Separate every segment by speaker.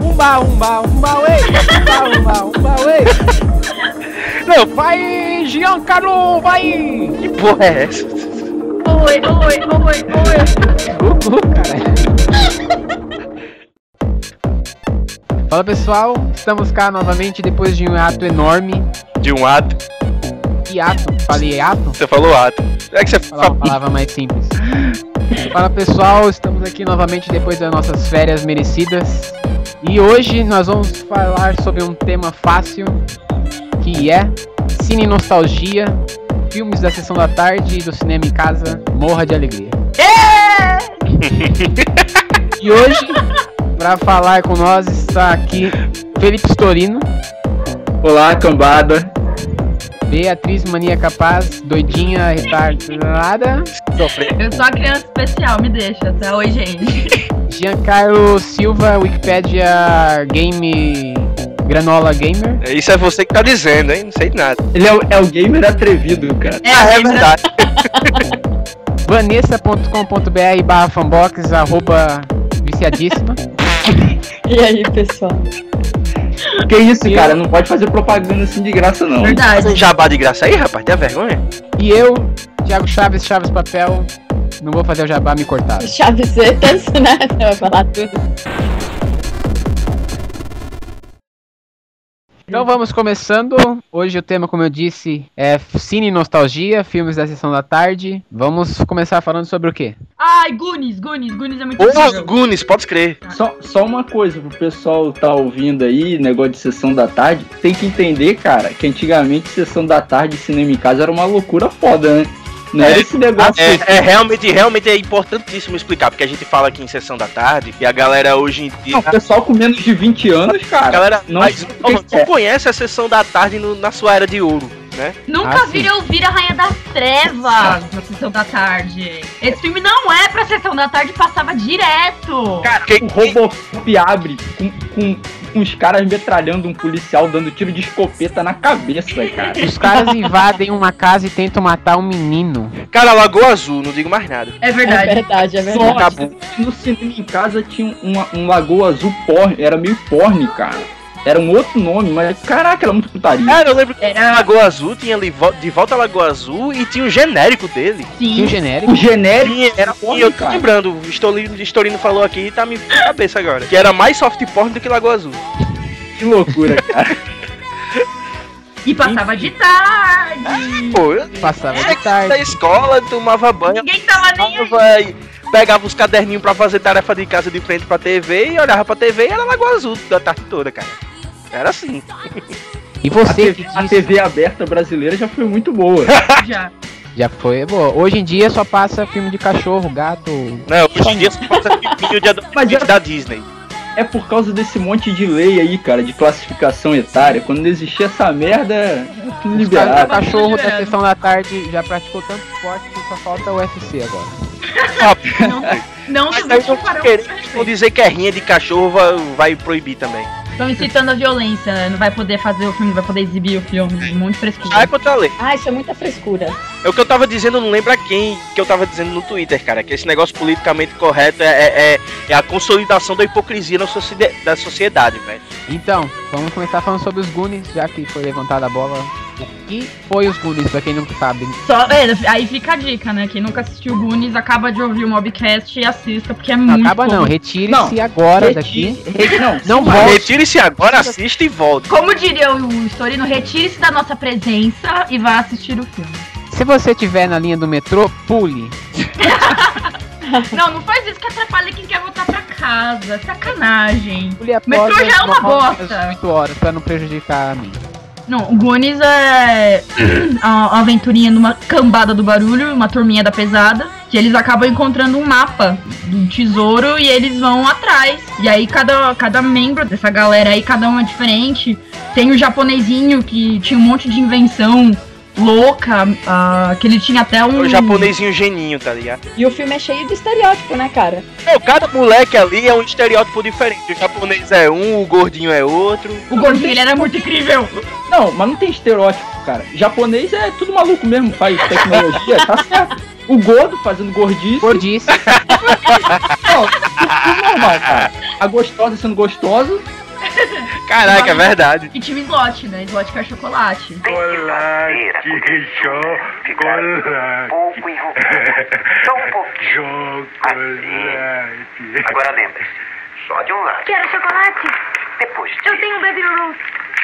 Speaker 1: umba, umba, umba, uê. Umba, umba, umba, uê. Não, vai, Giancarlo, vai.
Speaker 2: Que porra é essa?
Speaker 3: Oi, oi, oi, oi.
Speaker 1: Gugu, cara. Fala pessoal, estamos cá novamente depois de um ato enorme.
Speaker 2: De um ato?
Speaker 1: Que ato? Falei ato?
Speaker 2: Você falou ato.
Speaker 1: É que você Falar fala... uma palavra mais simples. Fala pessoal, estamos aqui novamente depois das nossas férias merecidas. E hoje nós vamos falar sobre um tema fácil, que é cine nostalgia, filmes da sessão da tarde e do cinema em casa, morra de alegria.
Speaker 3: É!
Speaker 1: e hoje, para falar com nós está aqui Felipe Storino.
Speaker 4: Olá, cambada.
Speaker 1: Beatriz Mania Capaz, doidinha, retardada.
Speaker 3: Eu sou a criança especial, me deixa, tá? Oi, gente.
Speaker 1: Giancarlo Silva, Wikipedia Game. Granola Gamer.
Speaker 2: Isso é você que tá dizendo, hein? Não sei nada.
Speaker 4: Ele é o, é o gamer atrevido, cara.
Speaker 3: É, ah, é verdade.
Speaker 1: Vanessa.com.br barra fanbox, arroba viciadíssima.
Speaker 5: e aí, pessoal?
Speaker 4: Que isso, eu... cara? Não pode fazer propaganda assim de graça, não.
Speaker 3: Verdade.
Speaker 2: Faz um jabá de graça aí, rapaz. Tem vergonha?
Speaker 1: E eu, Thiago Chaves, Chaves Papel. Não vou fazer o jabá me cortar.
Speaker 5: Chaves, né? Vai falar tudo.
Speaker 1: Então vamos começando. Hoje o tema, como eu disse, é Cine Nostalgia, filmes da sessão da tarde. Vamos começar falando sobre o quê?
Speaker 3: Ai, Goonies, Goonies, Goonies é muito
Speaker 2: Porra, Goonies, pode crer.
Speaker 4: Só, só uma coisa pro pessoal tá ouvindo aí, negócio de sessão da tarde, tem que entender, cara, que antigamente sessão da tarde cinema em casa era uma loucura foda, né? Não é, esse negócio.
Speaker 2: É, é, é, realmente, realmente é importantíssimo explicar, porque a gente fala aqui em sessão da tarde e a galera hoje em dia.
Speaker 4: Não, o pessoal com menos de 20 anos, cara. A
Speaker 2: galera não, mas, não, não conhece a sessão da tarde no, na sua era de ouro. Né?
Speaker 3: Nunca ah, viram ouvir a Rainha das Trevas na sessão da tarde. Esse filme não é pra sessão da tarde, passava direto.
Speaker 4: Cara, quem, o quem... Robocop abre com, com, com os caras metralhando um policial, dando tiro de escopeta na cabeça, cara.
Speaker 1: Os caras invadem uma casa e tentam matar um menino.
Speaker 2: Cara, Lagoa Azul, não digo mais nada.
Speaker 3: É verdade.
Speaker 5: É verdade, é verdade.
Speaker 4: Só, no cinema em casa tinha uma, um Lagoa Azul porn, era meio porn, cara. Era um outro nome, mas caraca, era muito putaria.
Speaker 2: Cara, eu Ah, lembro que era Lagoa Azul, tinha De Volta à Lagoa Azul e tinha o genérico dele.
Speaker 1: Sim. Tinha
Speaker 4: o
Speaker 1: genérico?
Speaker 4: O genérico Sim,
Speaker 2: era porn, E eu tô cara. lembrando, o Estolino, Estolino falou aqui e tá me cabeça agora. Que era mais soft porn do que Lagoa Azul.
Speaker 4: Que loucura, cara.
Speaker 3: E passava de tarde. Ah,
Speaker 2: pô, eu
Speaker 1: passava de tarde.
Speaker 2: Da escola, tomava banho.
Speaker 3: Ninguém tava nem
Speaker 2: Pegava os caderninhos pra fazer tarefa de casa de frente pra TV e olhava pra TV e era Lagoa Azul da tarde toda, cara. Era assim.
Speaker 1: E você
Speaker 4: a TV, a TV aberta brasileira já foi muito boa.
Speaker 3: já.
Speaker 1: Já foi boa. Hoje em dia só passa filme de cachorro, gato.
Speaker 2: Não, hoje em dia só passa filme de adolescente da Disney
Speaker 4: é por causa desse monte de lei aí, cara, de classificação etária. Quando não existia essa merda, é tudo liberado.
Speaker 1: O cachorro da sessão da tarde já praticou tanto esporte que só falta o UFC
Speaker 3: agora. não, não,
Speaker 2: Mas não vou dizer que é rinha de cachorro vai, vai proibir também.
Speaker 3: Estão incitando a violência, né? não vai poder fazer o filme, não vai poder exibir o filme, um monte de frescura.
Speaker 2: Ah, é contra a lei.
Speaker 5: Ah, isso é muita frescura.
Speaker 2: É o que eu tava dizendo, não lembro a quem que eu tava dizendo no Twitter, cara, que esse negócio politicamente correto é, é, é a consolidação da hipocrisia na da sociedade, velho.
Speaker 1: Então, vamos começar falando sobre os Goonies, já que foi levantada a bola. O que foi os Goonies, pra quem não sabe?
Speaker 3: Só, é, aí fica a dica, né? Quem nunca assistiu Goonies, acaba de ouvir o Mobcast e assista, porque é não, muito
Speaker 1: Acaba
Speaker 3: bom.
Speaker 1: não, retire-se agora retire, daqui.
Speaker 2: Retire, não, não volte. Retire-se agora, assista e volte.
Speaker 3: Como diria o Storino, retire-se da nossa presença e vá assistir o filme.
Speaker 1: Se você estiver na linha do metrô, pule.
Speaker 3: Não, não faz isso que atrapalha quem quer voltar pra casa. Sacanagem.
Speaker 1: O
Speaker 3: metrô já é uma bosta.
Speaker 1: 8 horas pra não prejudicar a mim.
Speaker 3: Não, o Goonies é a aventurinha numa cambada do barulho, uma turminha da pesada, que eles acabam encontrando um mapa do tesouro e eles vão atrás. E aí cada, cada membro dessa galera aí, cada um é diferente. Tem o japonesinho que tinha um monte de invenção louca, uh, que ele tinha até um.
Speaker 2: É O japonesinho geninho, tá ligado? É,
Speaker 5: E o filme é cheio de estereótipo, né, cara?
Speaker 2: Não, cada moleque ali é um estereótipo diferente. O japonês é um, o gordinho é outro.
Speaker 3: O gordinho tem... ele era muito incrível.
Speaker 4: Não, mas não tem estereótipo, cara. Japonês é tudo maluco mesmo, faz tecnologia, tá certo. O gordo fazendo gordice.
Speaker 1: Gordice.
Speaker 4: é não, tudo normal, cara. A gostosa sendo gostosa
Speaker 2: Caraca, é verdade.
Speaker 3: Que tinha slot, né? Slot que é chocolate.
Speaker 6: Chocolate, chocolate,
Speaker 7: pouco enrugada. Só um pouquinho.
Speaker 6: chocolate.
Speaker 7: Agora lembre-se, só de um lado.
Speaker 8: Quero chocolate.
Speaker 7: Depois
Speaker 8: Eu
Speaker 7: disso,
Speaker 8: tenho um Baby Ruth.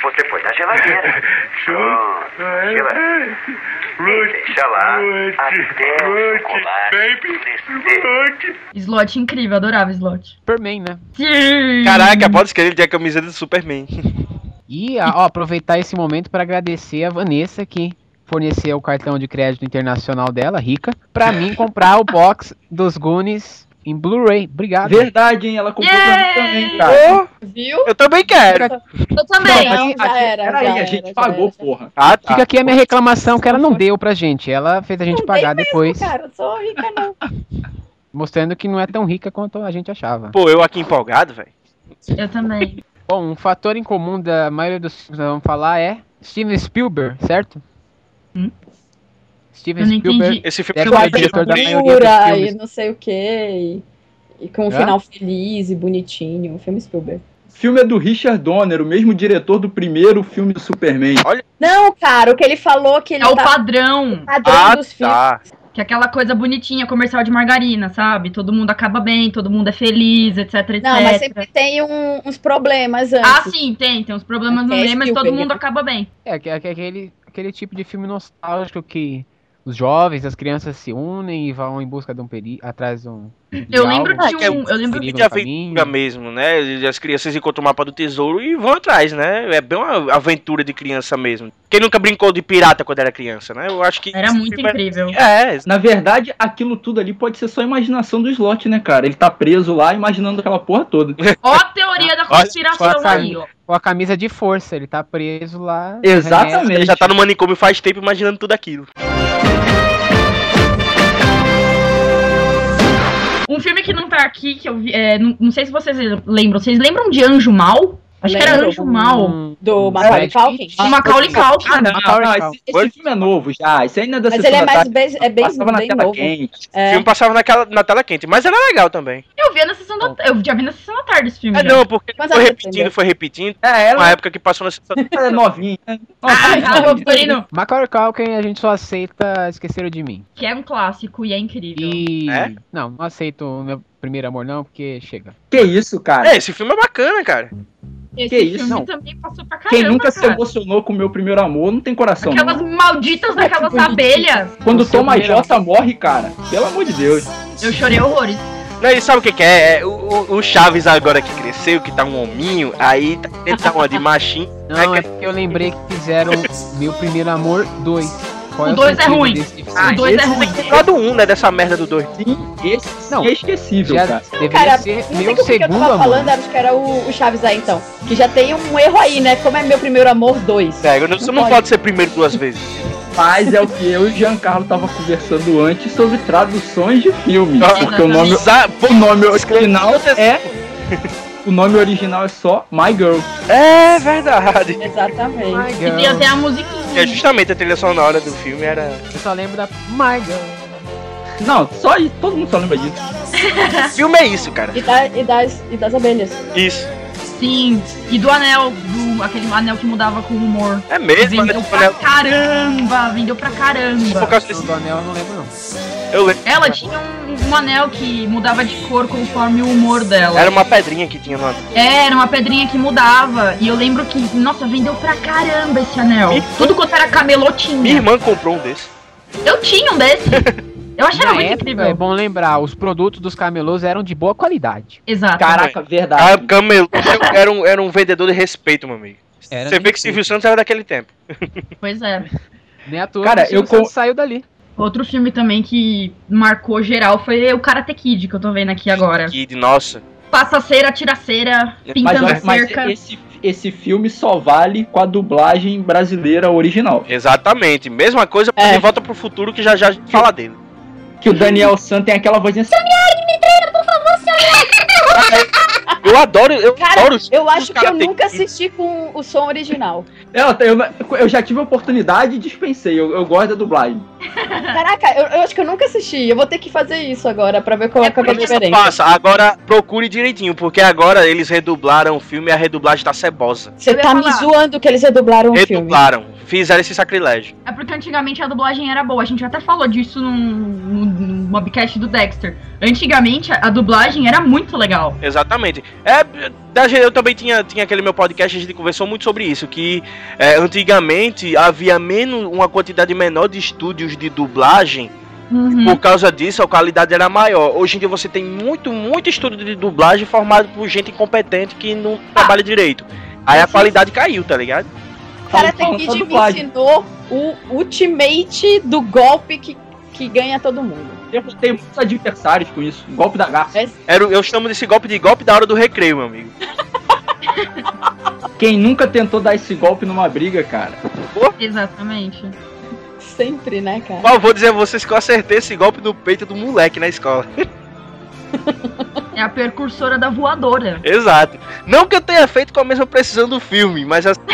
Speaker 7: você põe na geladeira. Ah,
Speaker 6: Chocolate.
Speaker 7: E deixa lá
Speaker 6: Ruth,
Speaker 7: até o
Speaker 6: Ruth,
Speaker 7: chocolate
Speaker 6: baby,
Speaker 7: crescer.
Speaker 6: Ruth.
Speaker 3: Slot incrível, adorava slot.
Speaker 1: Superman, né?
Speaker 3: Sim.
Speaker 1: Hum.
Speaker 2: Caraca, pode escrever, ele tem a camiseta do Superman.
Speaker 1: E ah, ó, aproveitar esse momento para agradecer a Vanessa que forneceu o cartão de crédito internacional dela, rica, para mim comprar o box dos Goonies em Blu-ray. Obrigado.
Speaker 4: Verdade, hein? Ela comprou pra mim
Speaker 3: Yay!
Speaker 4: também, cara.
Speaker 1: Tá.
Speaker 5: Viu?
Speaker 2: Eu também quero.
Speaker 3: Eu também.
Speaker 5: Não, já era.
Speaker 4: Ah, Peraí,
Speaker 5: já
Speaker 4: a
Speaker 5: era,
Speaker 4: gente
Speaker 5: já
Speaker 4: pagou,
Speaker 5: era.
Speaker 4: porra.
Speaker 2: Ah, tá.
Speaker 1: Fica aqui a minha reclamação que ela não deu pra gente. Ela fez a gente
Speaker 5: Não dei
Speaker 1: pagar depois,
Speaker 5: Cara, eu sou rica, não.
Speaker 1: mostrando que não é tão rica quanto a gente achava.
Speaker 2: Pô, eu aqui empolgado, velho.
Speaker 3: Eu também.
Speaker 1: Bom, um fator em comum da maioria dos filmes que nós vamos falar é Steven Spielberg, certo?
Speaker 3: Hum?
Speaker 1: Steven
Speaker 3: Eu não
Speaker 1: Spielberg.
Speaker 3: entendi.
Speaker 2: Esse filme
Speaker 1: Deve
Speaker 2: tem
Speaker 1: ser
Speaker 2: um
Speaker 1: diretor da
Speaker 2: bem-
Speaker 1: maioria dos
Speaker 5: Cultura e
Speaker 1: filmes.
Speaker 5: não sei o quê. E, e com um
Speaker 1: Hã?
Speaker 5: final feliz e bonitinho. Um filme Spielberg.
Speaker 4: O filme é do Richard Donner, o mesmo diretor do primeiro filme do Superman.
Speaker 5: Não, cara, o que ele falou que ele
Speaker 3: É o
Speaker 5: tá
Speaker 3: padrão.
Speaker 5: padrão
Speaker 2: Ah,
Speaker 5: dos filmes.
Speaker 2: tá.
Speaker 3: Que é aquela coisa bonitinha, comercial de margarina, sabe? Todo mundo acaba bem, todo mundo é feliz, etc, etc.
Speaker 5: Não, mas sempre tem um- uns problemas antes.
Speaker 3: Ah, sim, tem. Tem uns problemas no
Speaker 5: É
Speaker 3: meio, mas todo
Speaker 5: Spielberg.
Speaker 3: mundo acaba bem.
Speaker 1: É, aque- aque- aquele, aquele tipo de filme nostálgico que os jovens, as crianças se unem e vão em busca de um perigo, atrás de um de
Speaker 3: Eu lembro
Speaker 1: algo,
Speaker 3: de
Speaker 2: que é
Speaker 3: um. Eu lembro
Speaker 1: perigo
Speaker 2: de
Speaker 1: no
Speaker 2: aventura
Speaker 1: caminho.
Speaker 2: aventura mesmo, né? E As crianças encontram o mapa do tesouro e vão atrás, né? É bem uma aventura de criança mesmo. Quem nunca brincou de pirata quando era criança, né? Eu acho que.
Speaker 3: Era
Speaker 2: esse
Speaker 3: muito
Speaker 2: filme
Speaker 3: incrível.
Speaker 2: É, é,
Speaker 4: Na verdade, aquilo tudo ali pode ser só a imaginação do slot, né, cara? Ele tá preso lá imaginando aquela porra toda.
Speaker 3: Ó a teoria da
Speaker 2: Olha,
Speaker 3: conspiração
Speaker 1: olha,
Speaker 3: aí, ó.
Speaker 1: Com a camisa de força, ele tá preso lá.
Speaker 4: Exatamente.
Speaker 2: ele já tá no manicômio faz tempo imaginando tudo aquilo.
Speaker 3: Um filme que não tá aqui, que eu vi. é, não, não sei se vocês lembram. Vocês lembram de Anjo Mal? Acho que era
Speaker 5: Lembro.
Speaker 3: Anjo Mal.
Speaker 5: Do
Speaker 1: É,
Speaker 5: Macaulay Culkin.
Speaker 3: O Macaulay Culkin.
Speaker 4: Ah, não,
Speaker 1: Macaulay
Speaker 4: não,
Speaker 1: Culkin.
Speaker 4: esse, esse filme é novo já. Esse ainda é da
Speaker 5: Mas
Speaker 4: sessão
Speaker 5: ele é
Speaker 4: da
Speaker 5: mais
Speaker 4: tarde.
Speaker 5: bem, é bem,
Speaker 4: Passava na
Speaker 5: bem
Speaker 4: tela
Speaker 5: novo.
Speaker 4: quente.
Speaker 2: O
Speaker 5: É.
Speaker 2: filme passava naquela, na tela quente, mas era legal também.
Speaker 3: Eu vi na sessão da Eu já vi na sessão da tarde esse filme. né?
Speaker 2: É,
Speaker 3: já.
Speaker 2: não, porque
Speaker 5: Mas
Speaker 2: foi
Speaker 5: ela
Speaker 2: repetindo,
Speaker 5: entendeu.
Speaker 2: foi repetindo.
Speaker 4: É,
Speaker 2: Uma
Speaker 4: ela
Speaker 2: época que passou na sessão.
Speaker 4: é novinha. né?
Speaker 3: Ah,
Speaker 4: Novinha.
Speaker 3: não, Vitorino,
Speaker 1: Macaulay Culkin a gente só aceita Esqueceram de Mim.
Speaker 3: que é um clássico e é
Speaker 5: Então,
Speaker 3: incrível.
Speaker 1: E...
Speaker 2: É?
Speaker 1: Não, não aceito o meu primeiro amor não, porque chega.
Speaker 4: Que isso, cara?
Speaker 2: É, esse filme é bacana, cara.
Speaker 3: Esse
Speaker 4: que isso,
Speaker 3: filme
Speaker 1: não.
Speaker 3: também passou pra caramba.
Speaker 4: Quem nunca se
Speaker 3: cara.
Speaker 4: emocionou com o meu primeiro amor não tem coração. não.
Speaker 3: Aquelas malditas daquelas abelhas.
Speaker 4: Quando o
Speaker 1: Você é o
Speaker 4: Thomas
Speaker 1: primeiro
Speaker 4: J morre, cara, pelo amor de Deus.
Speaker 3: Eu chorei horrores.
Speaker 2: Não, e sabe o que, que é? É, o- O, o Chaves agora que cresceu, que tá um hominho, aí tá ele tá uma de machinho.
Speaker 1: Não, é porque eu lembrei que fizeram Meu Primeiro Amor 2. Qual
Speaker 3: O
Speaker 1: o
Speaker 3: dois é
Speaker 1: sentido
Speaker 3: ruim.
Speaker 1: desse
Speaker 5: Ah,
Speaker 1: filme?
Speaker 3: O dois é
Speaker 4: Ah, esse
Speaker 3: ruim.
Speaker 2: Lá do 1, né? Dessa merda do 2.
Speaker 4: Sim, esse
Speaker 1: Não.
Speaker 4: é esquecível,
Speaker 1: Já
Speaker 4: cara.
Speaker 1: deveria
Speaker 5: então tá. Cara,
Speaker 1: ser
Speaker 5: não sei
Speaker 1: meu
Speaker 5: como que eu
Speaker 1: segundo
Speaker 5: tava
Speaker 1: amor.
Speaker 5: falando, acho que era o, o Chaves aí então. Que já tem um erro aí, né? Como é meu primeiro amor 2.
Speaker 2: Sério, É, não- você não pode ser primeiro duas vezes.
Speaker 4: Mas é o que eu e o Giancarlo tava conversando antes sobre traduções de filme.
Speaker 2: Exatamente.
Speaker 4: Porque o nome,
Speaker 2: Sa-
Speaker 4: o nome original é. O nome original é só My Girl.
Speaker 2: É verdade.
Speaker 5: Exatamente.
Speaker 1: My
Speaker 3: E tem
Speaker 1: girl.
Speaker 3: até a musiquinha.
Speaker 2: É justamente a trilha sonora do filme era.
Speaker 1: Eu só lembro da My Girl.
Speaker 4: Não, só isso, todo mundo só lembra disso.
Speaker 2: Filme é isso, cara.
Speaker 5: E, da- e das, e das abelhas.
Speaker 2: Isso.
Speaker 3: Sim. E do anel. Do, aquele anel que mudava com o humor.
Speaker 2: É mesmo, né?
Speaker 5: um
Speaker 3: Vendeu pra caramba. Vendeu pra
Speaker 4: é
Speaker 2: Por
Speaker 3: caramba.
Speaker 2: causa
Speaker 1: Do
Speaker 2: desse.
Speaker 1: Anel eu não lembro não.
Speaker 2: Eu lembro.
Speaker 3: Ela tinha um, um anel que mudava de cor conforme o humor dela.
Speaker 2: Era uma pedrinha que tinha no anel.
Speaker 3: É, Era uma pedrinha que mudava. E eu lembro que, nossa, vendeu pra caramba esse anel.
Speaker 2: Ih.
Speaker 3: Tudo quanto era
Speaker 2: Minha
Speaker 3: camelotinho.
Speaker 2: irmã comprou um desse.
Speaker 3: Eu tinha um desse. Eu achava
Speaker 1: Na
Speaker 3: muito
Speaker 1: época,
Speaker 3: incrível.
Speaker 1: é bom lembrar, os produtos dos camelôs eram de boa qualidade.
Speaker 3: Exato.
Speaker 4: Caraca,
Speaker 5: Tá.
Speaker 2: Ah,
Speaker 3: é
Speaker 4: verdade.
Speaker 2: Camelo era um, era um vendedor de respeito, meu amigo.
Speaker 1: Era de
Speaker 2: Você vê que
Speaker 1: respeito.
Speaker 2: Silvio Santos era daquele tempo.
Speaker 3: Pois é.
Speaker 1: Nem à toa
Speaker 4: Cara,
Speaker 1: que o Silvio
Speaker 4: eu
Speaker 1: Santos
Speaker 4: co-
Speaker 1: saiu dali.
Speaker 3: Outro filme também que marcou geral foi o Karate Kid, que eu tô vendo aqui agora.
Speaker 2: Kid, nossa.
Speaker 3: Passa cera, tira cera,
Speaker 4: Mas,
Speaker 3: pintando
Speaker 4: olha, mas
Speaker 3: cerca.
Speaker 4: esse, esse filme só vale com a dublagem brasileira original.
Speaker 2: Exatamente. Mesma coisa pra
Speaker 5: É.
Speaker 2: De Volta pro Futuro, que já já fala dele.
Speaker 4: Que o Daniel San tem aquela vozinha assim.
Speaker 2: Eu adoro, eu
Speaker 5: Cara,
Speaker 2: adoro os
Speaker 5: Eu acho que eu
Speaker 2: Karate Kid.
Speaker 5: nunca assisti com o som original.
Speaker 4: Eu, eu, eu já tive a oportunidade e dispensei. Eu, eu gosto da dublagem.
Speaker 5: Caraca, eu, eu acho que eu nunca assisti. Eu vou ter que fazer isso agora pra ver qual é, qual é a
Speaker 2: Isso
Speaker 5: diferença.
Speaker 2: passa. Agora procure direitinho, porque agora eles redublaram o filme e a redublagem tá cebosa.
Speaker 5: Você
Speaker 3: Eu ia
Speaker 5: tá me
Speaker 3: falar.
Speaker 5: zoando que eles redublaram o Um filme.
Speaker 2: Redublaram. Fizeram esse sacrilégio.
Speaker 3: É porque antigamente a dublagem era boa. A gente até falou disso num, num, num mobcast do Dexter. Antigamente a, a dublagem era muito legal.
Speaker 2: Exatamente. É, da gente- eu também tinha, tinha aquele meu podcast, a gente conversou muito sobre isso, que é, antigamente havia menos uma quantidade menor de estúdios de dublagem
Speaker 3: Uhum.
Speaker 5: Hum.
Speaker 2: Por causa disso, a qualidade era maior. Hoje em dia você tem muito, muito estudo de dublagem formado por gente incompetente que não trabalha direito. Aí a qualidade caiu, tá ligado?
Speaker 5: Karate
Speaker 4: Falando só
Speaker 5: Kid me
Speaker 4: dublagem.
Speaker 5: ensinou o ultimate do golpe que, que ganha todo mundo.
Speaker 4: Eu tenho muitos adversários com isso. Golpe da garça.
Speaker 3: É.
Speaker 2: Era, o- eu chamo desse golpe de golpe da hora do recreio, meu amigo.
Speaker 4: Quem nunca tentou dar esse golpe numa briga, cara?
Speaker 3: Exatamente.
Speaker 5: Sempre, né, cara?
Speaker 2: Mas eu vou dizer a vocês que eu acertei esse golpe no peito do moleque na escola.
Speaker 3: É a percursora da voadora.
Speaker 2: Exato. Não que eu tenha feito com a mesma precisão do filme, mas assim,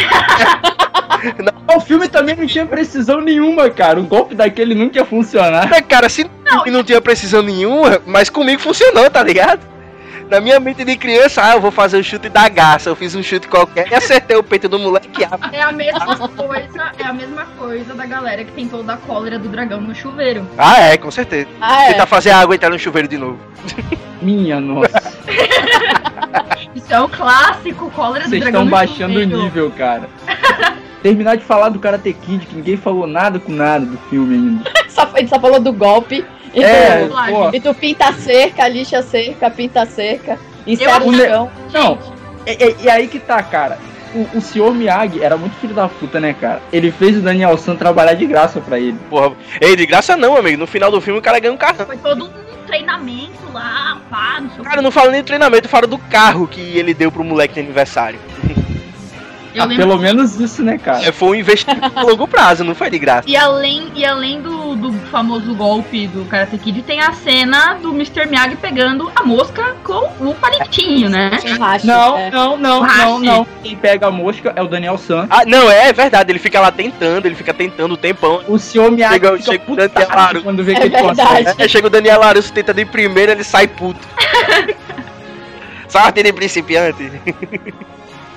Speaker 4: O filme também não tinha precisão nenhuma, cara. Um golpe daquele nunca ia funcionar.
Speaker 2: né, cara, se não, não tinha precisão nenhuma, mas comigo funcionou, tá ligado? Na minha mente de criança, ah, eu vou fazer o chute da garça. Eu fiz um chute qualquer e acertei o peito do moleque. Ah,
Speaker 3: É a mesma coisa, é a mesma coisa da galera que tentou dar cólera do dragão no chuveiro.
Speaker 2: Ah, é, com certeza.
Speaker 5: Ah, é.
Speaker 2: Tentar fazer a água entrar no chuveiro de novo.
Speaker 4: Minha nossa.
Speaker 3: Isso é um clássico, cólera do
Speaker 4: Vocês
Speaker 3: dragão
Speaker 4: estão
Speaker 3: no
Speaker 4: baixando o
Speaker 3: chuveiro.
Speaker 4: nível, cara. Terminar de falar do Karate Kid, que ninguém falou nada com nada do filme ainda.
Speaker 5: Só, ele só falou do golpe. E,
Speaker 4: É,
Speaker 5: do,
Speaker 3: dublagem.
Speaker 4: pô.
Speaker 5: e do pinta a tá cerca, lixa a cerca, pinta a cerca. Encerra
Speaker 3: acho
Speaker 5: o
Speaker 4: que-
Speaker 5: chão.
Speaker 4: é um Não, e, e- e aí que tá, cara. O, o senhor Miyagi era muito filho da puta, né, cara? Ele fez o Daniel San trabalhar de graça pra ele.
Speaker 2: Porra. Ei, de graça não, amigo. No final do filme o cara ganha um carrão.
Speaker 3: Foi todo um treinamento lá, pá, não sei o
Speaker 2: Cara, eu não falo nem do treinamento, eu falo do carro que ele deu pro moleque no aniversário.
Speaker 3: que. Eu
Speaker 4: Ah,
Speaker 3: lembro
Speaker 4: pelo menos isso, né, cara?
Speaker 2: É, foi um investimento a longo prazo, não foi de graça.
Speaker 3: E além, e além do, do famoso golpe do Karate Kid, tem a cena do Mr. Miyagi pegando a mosca com o palitinho, né?
Speaker 5: Um racho.
Speaker 4: Não,
Speaker 5: é.
Speaker 4: não, não,
Speaker 3: Rache.
Speaker 4: não, não. Quem pega a mosca é o Daniel San.
Speaker 2: Ah, não, é, é verdade. Ele fica lá tentando, ele fica tentando o tempão.
Speaker 4: O senhor Miyagi
Speaker 2: Chega-
Speaker 4: fica
Speaker 2: chega o
Speaker 4: putado
Speaker 2: Dante Amaro.
Speaker 4: quando vê
Speaker 5: É
Speaker 4: que ele
Speaker 5: verdade.
Speaker 4: consegue.
Speaker 2: É, chega o Daniel Larusso tentando em primeiro, ele sai puto. Sorte de principiante.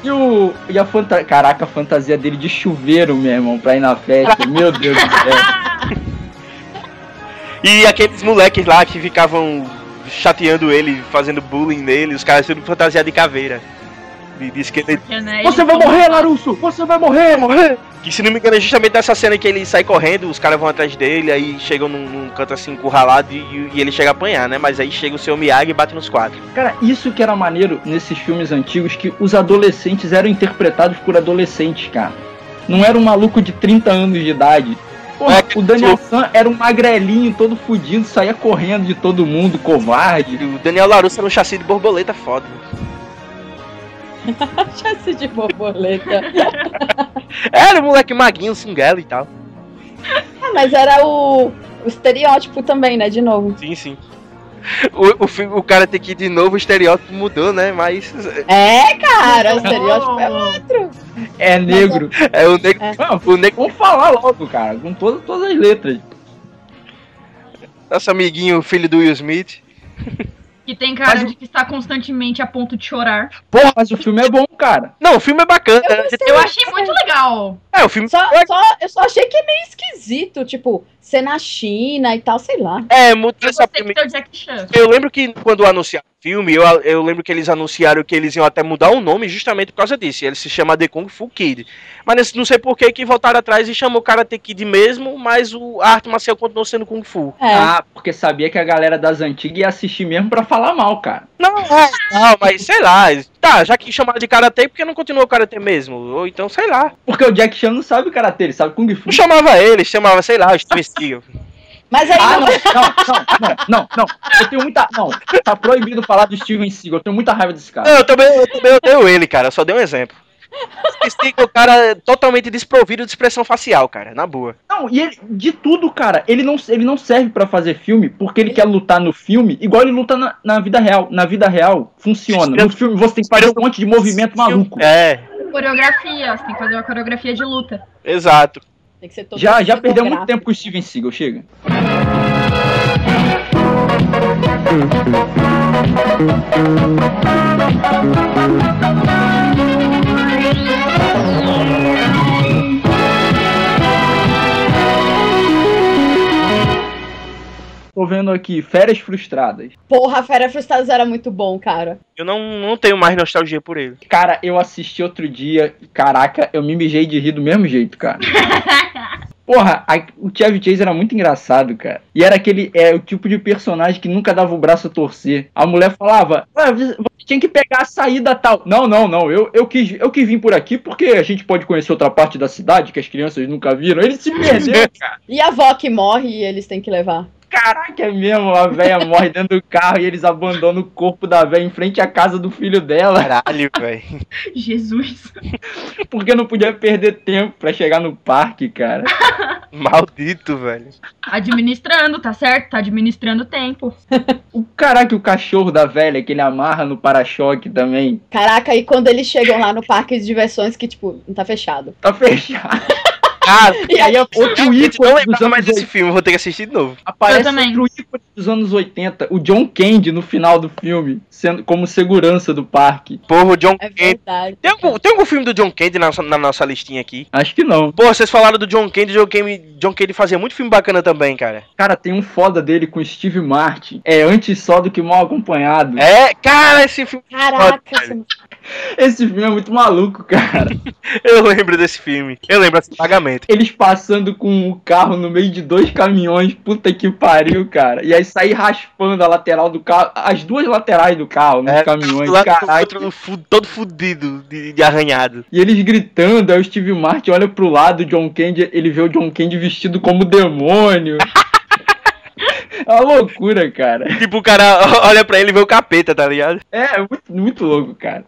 Speaker 4: E, o, e a fanta Caraca, a fantasia dele de chuveiro, meu irmão, pra ir na festa. Meu Deus do céu.
Speaker 2: E aqueles moleques lá que ficavam chateando ele, fazendo bullying nele, os caras tudo fantasiados de caveira. De, de esqueleto.
Speaker 3: Porque, né, ele
Speaker 4: Você vai
Speaker 3: toma-
Speaker 4: morrer, Larusso! Você vai morrer, morrer!
Speaker 2: Que se não me engano é justamente nessa cena que ele sai correndo, os caras vão atrás dele, aí chegam num, num canto assim encurralado e, e ele chega a apanhar, né? Mas aí chega o seu Miyagi e bate nos quatro.
Speaker 4: Cara, isso que era maneiro nesses filmes antigos, que os adolescentes eram interpretados por adolescentes, cara. Não era um maluco de 30 anos de idade. Porra,
Speaker 2: É,
Speaker 4: o Daniel San era um magrelinho todo fudido, saía correndo de todo mundo, covarde.
Speaker 2: E o Daniel Larusso era um chassi de borboleta foda.
Speaker 5: Chance de borboleta.
Speaker 2: Era um moleque maguinho, singelo e tal.
Speaker 5: Ah, mas era o, o estereótipo também, né? De novo.
Speaker 2: Sim, sim. O, o, fi- o cara tem que ir de novo, o estereótipo mudou, né? Mas
Speaker 5: É, cara, o estereótipo é
Speaker 3: Oh.
Speaker 5: outro.
Speaker 4: É negro.
Speaker 2: é o negro.
Speaker 4: Não,
Speaker 2: O negro
Speaker 4: vamos falar logo, cara, com todas, todas as letras.
Speaker 2: nosso amiguinho, filho do Will Smith.
Speaker 3: Que tem cara
Speaker 4: Mas o-
Speaker 3: de que está constantemente a ponto de chorar.
Speaker 4: Mas o filme é bom, cara.
Speaker 2: Não, o filme é bacana.
Speaker 3: Eu achei muito legal.
Speaker 2: É, o filme
Speaker 5: Só, só- eu só achei que é meio esquisito, tipo, ser na China e tal, sei lá.
Speaker 2: é muito
Speaker 3: Eu
Speaker 2: essa
Speaker 3: gostei do
Speaker 2: primeira.
Speaker 3: seu Jack Chan.
Speaker 2: Eu lembro que quando anunciaram o filme, eu, eu lembro que eles anunciaram que eles iam até mudar o nome justamente por causa disso. Ele se chama The Kung Fu Kid. Mas nesse- não sei por que que voltaram atrás e chamou o Karate Kid mesmo, mas o a arte marcial continuou sendo Kung Fu.
Speaker 5: É.
Speaker 4: Ah, porque sabia que a galera das antigas ia assistir mesmo pra falar mal, cara.
Speaker 2: Não, é, não, mas sei lá. Tá, já que chamaram de Karate, por que não continuou o Karate mesmo? Ou então, sei lá.
Speaker 4: Porque o Jack Chan não sabe karatê, ele sabe Kung Fu.
Speaker 2: Não chamava ele, chamava, sei lá, o Steven Seagal.
Speaker 5: Mas aí
Speaker 4: Ah,
Speaker 5: não-
Speaker 4: não, não, não, não, não. Eu tenho muita. Não, tá proibido falar do Steven Seagal. Eu tenho muita raiva desse
Speaker 2: Não,
Speaker 4: cara.
Speaker 2: eu também, eu também odeio ele, cara. Eu só dei um exemplo. Esse o cara é totalmente desprovido de expressão facial, cara. Na boa.
Speaker 4: Não, e ele, de tudo, cara, ele não, ele não serve pra fazer filme porque ele quer lutar no filme igual ele luta na, na vida real. Na vida real, funciona. No filme você tem que fazer um monte de movimento maluco.
Speaker 2: É,
Speaker 3: Coreografia, você tem que fazer uma coreografia de luta.
Speaker 2: exato.
Speaker 5: Tem que ser todo
Speaker 4: Já, já
Speaker 5: mundo
Speaker 4: perdeu muito
Speaker 5: gráfico.
Speaker 4: tempo com o Steven Seagal, chega. Tô vendo aqui, férias frustradas.
Speaker 5: Porra, Fera Frustrados era muito bom, cara.
Speaker 2: Eu não, não tenho mais nostalgia por ele.
Speaker 4: Cara, eu assisti outro dia e caraca, eu me mijei de rir do mesmo jeito, cara. Porra, a- o Chevy Chase era muito engraçado, cara. E era aquele, é o tipo de personagem que nunca dava o braço a torcer. A mulher falava, "Ah, você você tinha que pegar a saída tal. Não, não, não, eu, eu, quis, eu quis vir por aqui porque a gente pode conhecer outra parte da cidade que as crianças nunca viram. Ele se perdeu, cara.
Speaker 5: E a avó que morre e eles têm que levar.
Speaker 4: Caraca, é mesmo, a véia morre dentro do carro e eles abandonam o corpo da véia em frente à casa do filho dela.
Speaker 2: Caralho, velho.
Speaker 3: Jesus.
Speaker 4: Porque não podia perder tempo pra chegar no parque, cara.
Speaker 2: Maldito, velho.
Speaker 3: Administrando, tá certo? Tá administrando o tempo.
Speaker 4: O caraca, o cachorro da velha que ele amarra no para-choque também.
Speaker 5: Caraca, e quando eles chegam lá no parque de diversões que, tipo, não tá fechado.
Speaker 4: Tá fechado.
Speaker 2: Ah,
Speaker 5: E aí,
Speaker 4: é Outro
Speaker 2: gente, não
Speaker 4: ícone dos
Speaker 2: lembrava mais
Speaker 4: anos
Speaker 2: desse
Speaker 4: 80.
Speaker 2: filme, vou ter que assistir de novo.
Speaker 4: Aparece
Speaker 3: também.
Speaker 4: outro ícone dos anos 80. O John Candy no final do filme, sendo como segurança do parque.
Speaker 2: Porra, o John
Speaker 5: é
Speaker 2: Candy.
Speaker 5: verdade.
Speaker 2: Tem algum, tem algum filme do John Candy na, nossa- na nossa listinha aqui?
Speaker 4: Acho que não.
Speaker 2: Pô, vocês falaram do John Candy, John Candy, John Candy fazia muito filme bacana também, cara.
Speaker 4: Cara, tem um foda dele com o Steve Martin. É antes só do que mal acompanhado.
Speaker 2: É, cara, esse filme,
Speaker 5: Caraca, esse-
Speaker 4: Esse filme é muito maluco, cara.
Speaker 2: eu lembro desse filme. Eu lembro assim, vagamente.
Speaker 4: Eles passando com o carro no meio de dois caminhões, puta que pariu, cara. E aí sair raspando a lateral do carro, as duas laterais do carro, nos
Speaker 2: É,
Speaker 4: caminhões,
Speaker 2: Lá
Speaker 4: Um caralho.
Speaker 2: outro fu- todo fudido de, de arranhado.
Speaker 4: E eles gritando, aí o Steve Martin olha pro lado, o John Candy, ele vê o John Candy vestido como demônio. é uma loucura, cara.
Speaker 2: Tipo, o cara olha pra ele e vê o capeta, tá ligado?
Speaker 4: É, é muito, muito louco, cara.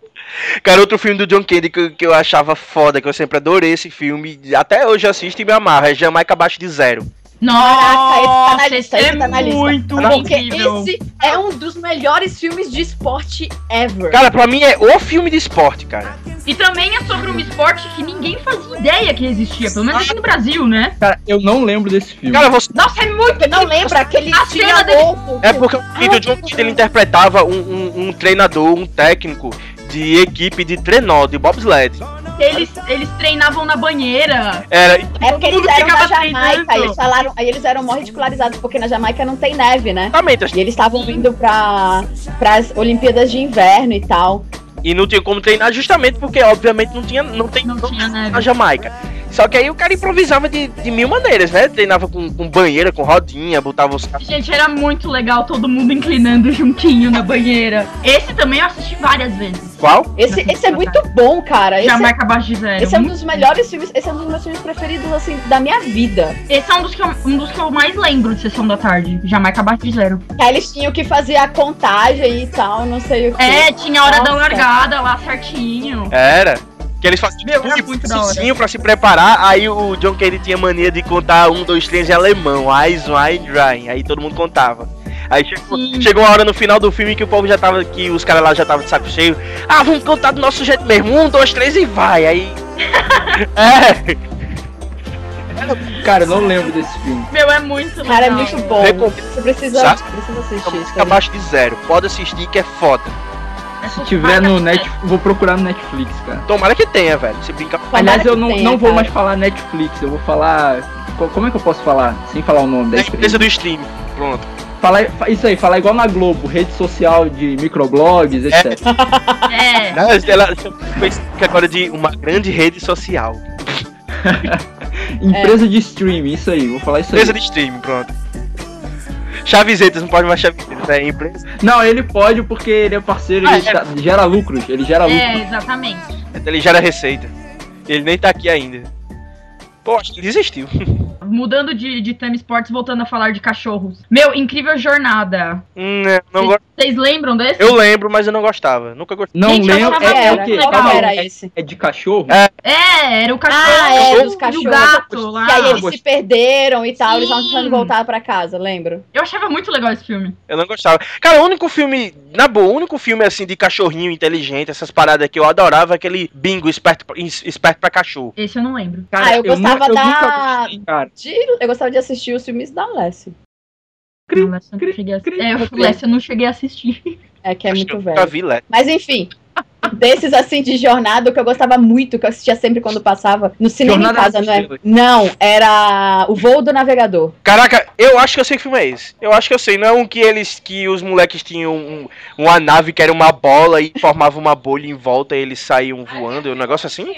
Speaker 2: Cara, outro filme do John Candy que, que eu achava foda, que eu sempre adorei esse filme, até hoje eu assisto e me amarra, é Jamaica Abaixo de Zero.
Speaker 5: Caraca,
Speaker 3: Nossa,
Speaker 5: esse
Speaker 3: esse
Speaker 5: tá na lista, esse
Speaker 3: é
Speaker 5: tá na lista.
Speaker 3: muito
Speaker 5: Porque
Speaker 3: horrível.
Speaker 5: esse é um dos melhores filmes de esporte ever.
Speaker 2: Cara, pra mim é o filme de esporte, cara.
Speaker 3: E também é sobre um esporte que ninguém fazia ideia que existia, pelo menos aqui no Brasil, né?
Speaker 4: Cara, eu não lembro desse filme.
Speaker 2: Cara, você...
Speaker 3: Nossa, é muito.
Speaker 5: Não lembra aquele
Speaker 3: A
Speaker 5: tinha
Speaker 3: cena dele-
Speaker 5: louco?
Speaker 2: É porque
Speaker 3: Ah,
Speaker 2: o John Candy ele interpretava um, um- um treinador, um técnico de equipe de trenó, de bobsled.
Speaker 3: Eles, eles treinavam na banheira.
Speaker 2: Era,
Speaker 5: É porque
Speaker 3: Todo
Speaker 5: eles
Speaker 3: mundo
Speaker 5: eram
Speaker 3: ficava
Speaker 5: da Jamaica, aí
Speaker 3: treinando.
Speaker 5: eles falaram, aí eles eram mó ridicularizados, porque na Jamaica não tem neve, né?
Speaker 2: exatamente, assim.
Speaker 5: E eles estavam indo pra, pras Olimpíadas de Inverno e tal.
Speaker 2: E não tinha como treinar justamente porque, obviamente, não tinha. Não tem
Speaker 3: Não tinha neve.
Speaker 2: na Jamaica. Só que aí o cara improvisava de, de mil maneiras, né? Treinava com, com banheira, com rodinha, botava os caras.
Speaker 3: Gente, era muito legal todo mundo inclinando juntinho na banheira. Esse também eu assisti várias vezes.
Speaker 2: Qual?
Speaker 5: Esse, esse é muito bom, cara. Esse, é-
Speaker 3: Jamaica abaixo de zero.
Speaker 5: esse é um dos melhores filmes, esse é um dos meus filmes preferidos, assim, da minha vida.
Speaker 3: Esse é um dos, que eu, um dos que eu mais lembro de Sessão da Tarde. Jamaica abaixo de zero.
Speaker 5: Que aí eles tinham que fazer a contagem e tal, não sei o que.
Speaker 3: É, tinha a hora da
Speaker 5: Nossa.
Speaker 3: largada lá certinho.
Speaker 2: Era. Que eles faziam
Speaker 3: Meu, né? era
Speaker 2: tipo
Speaker 3: muito da hora.
Speaker 2: exercício pra se preparar. Aí o John Kerry tinha mania de contar um, dois, três em alemão. Eyes, wine, dry. Aí todo mundo contava. Aí chegou,
Speaker 3: Sim.
Speaker 2: chegou uma hora no final do filme que o povo já tava. Que os caras lá já estavam de saco cheio. Ah, vamos contar do nosso jeito mesmo. Um, dois, três e vai. Aí. é.
Speaker 4: Cara, eu não lembro desse filme.
Speaker 3: Meu, é muito legal.
Speaker 5: Cara, é muito bom.
Speaker 2: Recom-
Speaker 5: Você precisa,
Speaker 2: Sabe?
Speaker 5: precisa
Speaker 3: Então,
Speaker 5: assistir isso.
Speaker 3: tá
Speaker 2: Fica abaixo de zero. Pode assistir que é foda.
Speaker 3: É
Speaker 4: Se tiver no Netflix, vou procurar no Netflix, cara.
Speaker 2: Tomara que tenha, velho. Se brincar.
Speaker 5: Tomara
Speaker 4: Aliás,
Speaker 5: que
Speaker 4: eu não,
Speaker 5: tenha,
Speaker 4: não vou
Speaker 5: cara.
Speaker 4: mais falar Netflix, eu vou falar. co- Como é que eu posso falar? Sem falar o nome da
Speaker 2: Da empresa
Speaker 4: empresa.
Speaker 2: do stream. Pronto.
Speaker 4: Falar, fa- isso aí, falar igual na Globo, rede social de microblogs, etc.
Speaker 3: É.
Speaker 2: Ela fez agora de uma grande rede social.
Speaker 4: Empresa de streaming, isso aí, vou falar isso aí.
Speaker 2: Empresa de stream, pronto. Chavizetas, não pode mais chavizetas, é empresa.
Speaker 4: Não, ele pode porque ele é parceiro,
Speaker 2: Ah,
Speaker 4: ele
Speaker 2: é.
Speaker 4: tá- gera lucros, ele gera lucros.
Speaker 3: É, exatamente.
Speaker 2: Ele gera receita. Ele nem tá aqui ainda. Pô, acho que ele desistiu.
Speaker 3: mudando de, de tema esportes, voltando a falar de cachorros. Meu, incrível jornada.
Speaker 2: Hum, é, não go-
Speaker 3: Vocês lembram desse?
Speaker 2: eu lembro, mas eu não gostava. Nunca gostei.
Speaker 4: Não
Speaker 3: Gente, eu
Speaker 4: lembro.
Speaker 3: achava
Speaker 4: É, é
Speaker 3: muito
Speaker 4: o quê?
Speaker 3: legal.
Speaker 4: Calma aí,
Speaker 5: Era esse.
Speaker 4: É de cachorro?
Speaker 3: É, era o cachorro
Speaker 5: Ah, é,
Speaker 3: e
Speaker 5: dos
Speaker 3: o
Speaker 5: cachorros.
Speaker 3: gato lá.
Speaker 5: que aí eles
Speaker 4: gostei.
Speaker 5: se perderam e tal, eles estavam
Speaker 3: Ah, Sim.
Speaker 5: tentando voltar pra casa, lembro.
Speaker 3: Eu achava muito legal esse filme.
Speaker 2: Eu não gostava. Cara, o único filme, na boa, o único filme assim de cachorrinho inteligente, essas paradas que eu adorava, é aquele bingo esperto, pra- esperto pra cachorro.
Speaker 3: Esse eu não lembro.
Speaker 4: Cara,
Speaker 5: Ah, eu
Speaker 4: nu-
Speaker 5: gostava
Speaker 4: eu
Speaker 5: da-
Speaker 4: nunca gostei, cara.
Speaker 5: De- Eu gostava de assistir os filmes da Lessie.
Speaker 4: Cri,
Speaker 3: Não, essa eu não
Speaker 4: cri,
Speaker 3: cheguei a-
Speaker 4: cri,
Speaker 3: É, eu-
Speaker 4: cri.
Speaker 3: essa eu não cheguei a assistir.
Speaker 5: É que é
Speaker 2: Acho que
Speaker 5: muito
Speaker 2: eu
Speaker 5: velho.
Speaker 2: Nunca vi, Lé.
Speaker 5: Mas enfim, desses assim de jornada, o que eu gostava muito, que eu assistia sempre quando passava, no cinema
Speaker 4: Jornada
Speaker 5: em casa,
Speaker 4: nas
Speaker 5: não é?
Speaker 4: Estrelas.
Speaker 5: Não, era o voo do navegador.
Speaker 2: Caraca, eu acho que eu sei que filme é esse. Eu acho que eu sei. Não é um que eles, que os moleques tinham um- uma nave que era uma bola e formava uma bolha em volta e eles saíam voando, é um negócio assim?